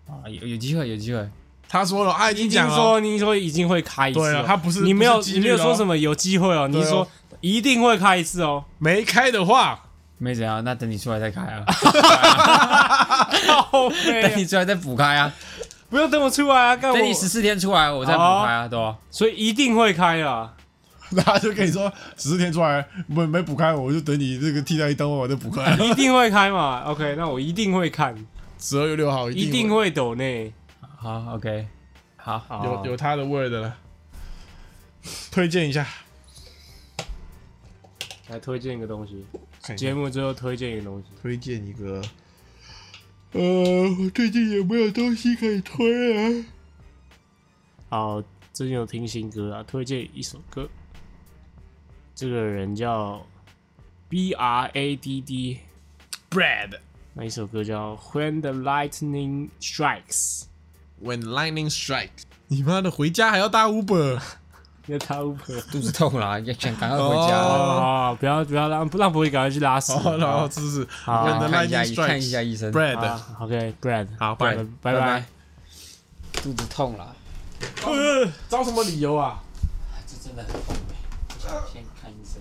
S4: 啊，有有机会，有机会。
S2: 他说了，啊，已经
S3: 已经
S2: 讲了哦，
S3: 说你说已经会开一次哦，
S2: 对啊他不是
S3: 你没有
S2: 不是几
S3: 你
S2: 率
S3: 没有说
S2: 哦
S3: 什么有机会哦，你
S2: 对
S3: 是
S2: 哦
S3: 说一定会开一次哦，
S2: 没开的话，
S4: 没怎样，那等你出来再开啊，
S3: 靠背啊
S4: 等你出来再补开啊，
S3: 不用等我出来啊，干
S4: 等
S3: 我
S4: 你，十四天出来我再补开啊，对吧？
S3: 所以一定会开 啊。
S2: 他就跟你说十四天出来没没补开，我就等你这个替代役当完我再补开。
S3: 一定会开嘛？OK，那我一定会看，
S2: 十二月六号
S3: 一
S2: 一
S3: 定
S2: 会
S3: 会抖内。
S4: 好，OK，好，
S3: 啊
S2: 有有他的 word 了，推荐一下。
S3: 来推荐一个东西，
S2: 看一下
S3: 节目最后推荐一个东西。
S2: 推荐一个，
S5: 呃，我最近也没有东西可以推啊。
S3: 好，最近有听新歌啊，推荐一首歌。这个人叫 B R A D D，
S2: Brad。
S3: 那一首歌叫《When the Lightning Strikes》。
S2: When lightning strikes，你妈的回家还要搭 Uber，
S3: 要他 u
S4: 肚子痛啦， 要想赶快回家
S2: 哦
S4: 啊。
S3: 哦，不要不要让不让博宇赶快去拉屎。
S2: 好然后姿势
S3: 好
S2: ，When the
S4: 看一下
S2: lightning
S4: 医看一下
S2: strikes，Brad，
S4: 医生，
S3: 啊，OK，Brad，
S2: 好
S3: 拜
S2: Brad，
S3: 拜拜。
S4: 肚子痛啦，
S2: 找什么理由啊？
S4: 这真的很痛哎，先看医生。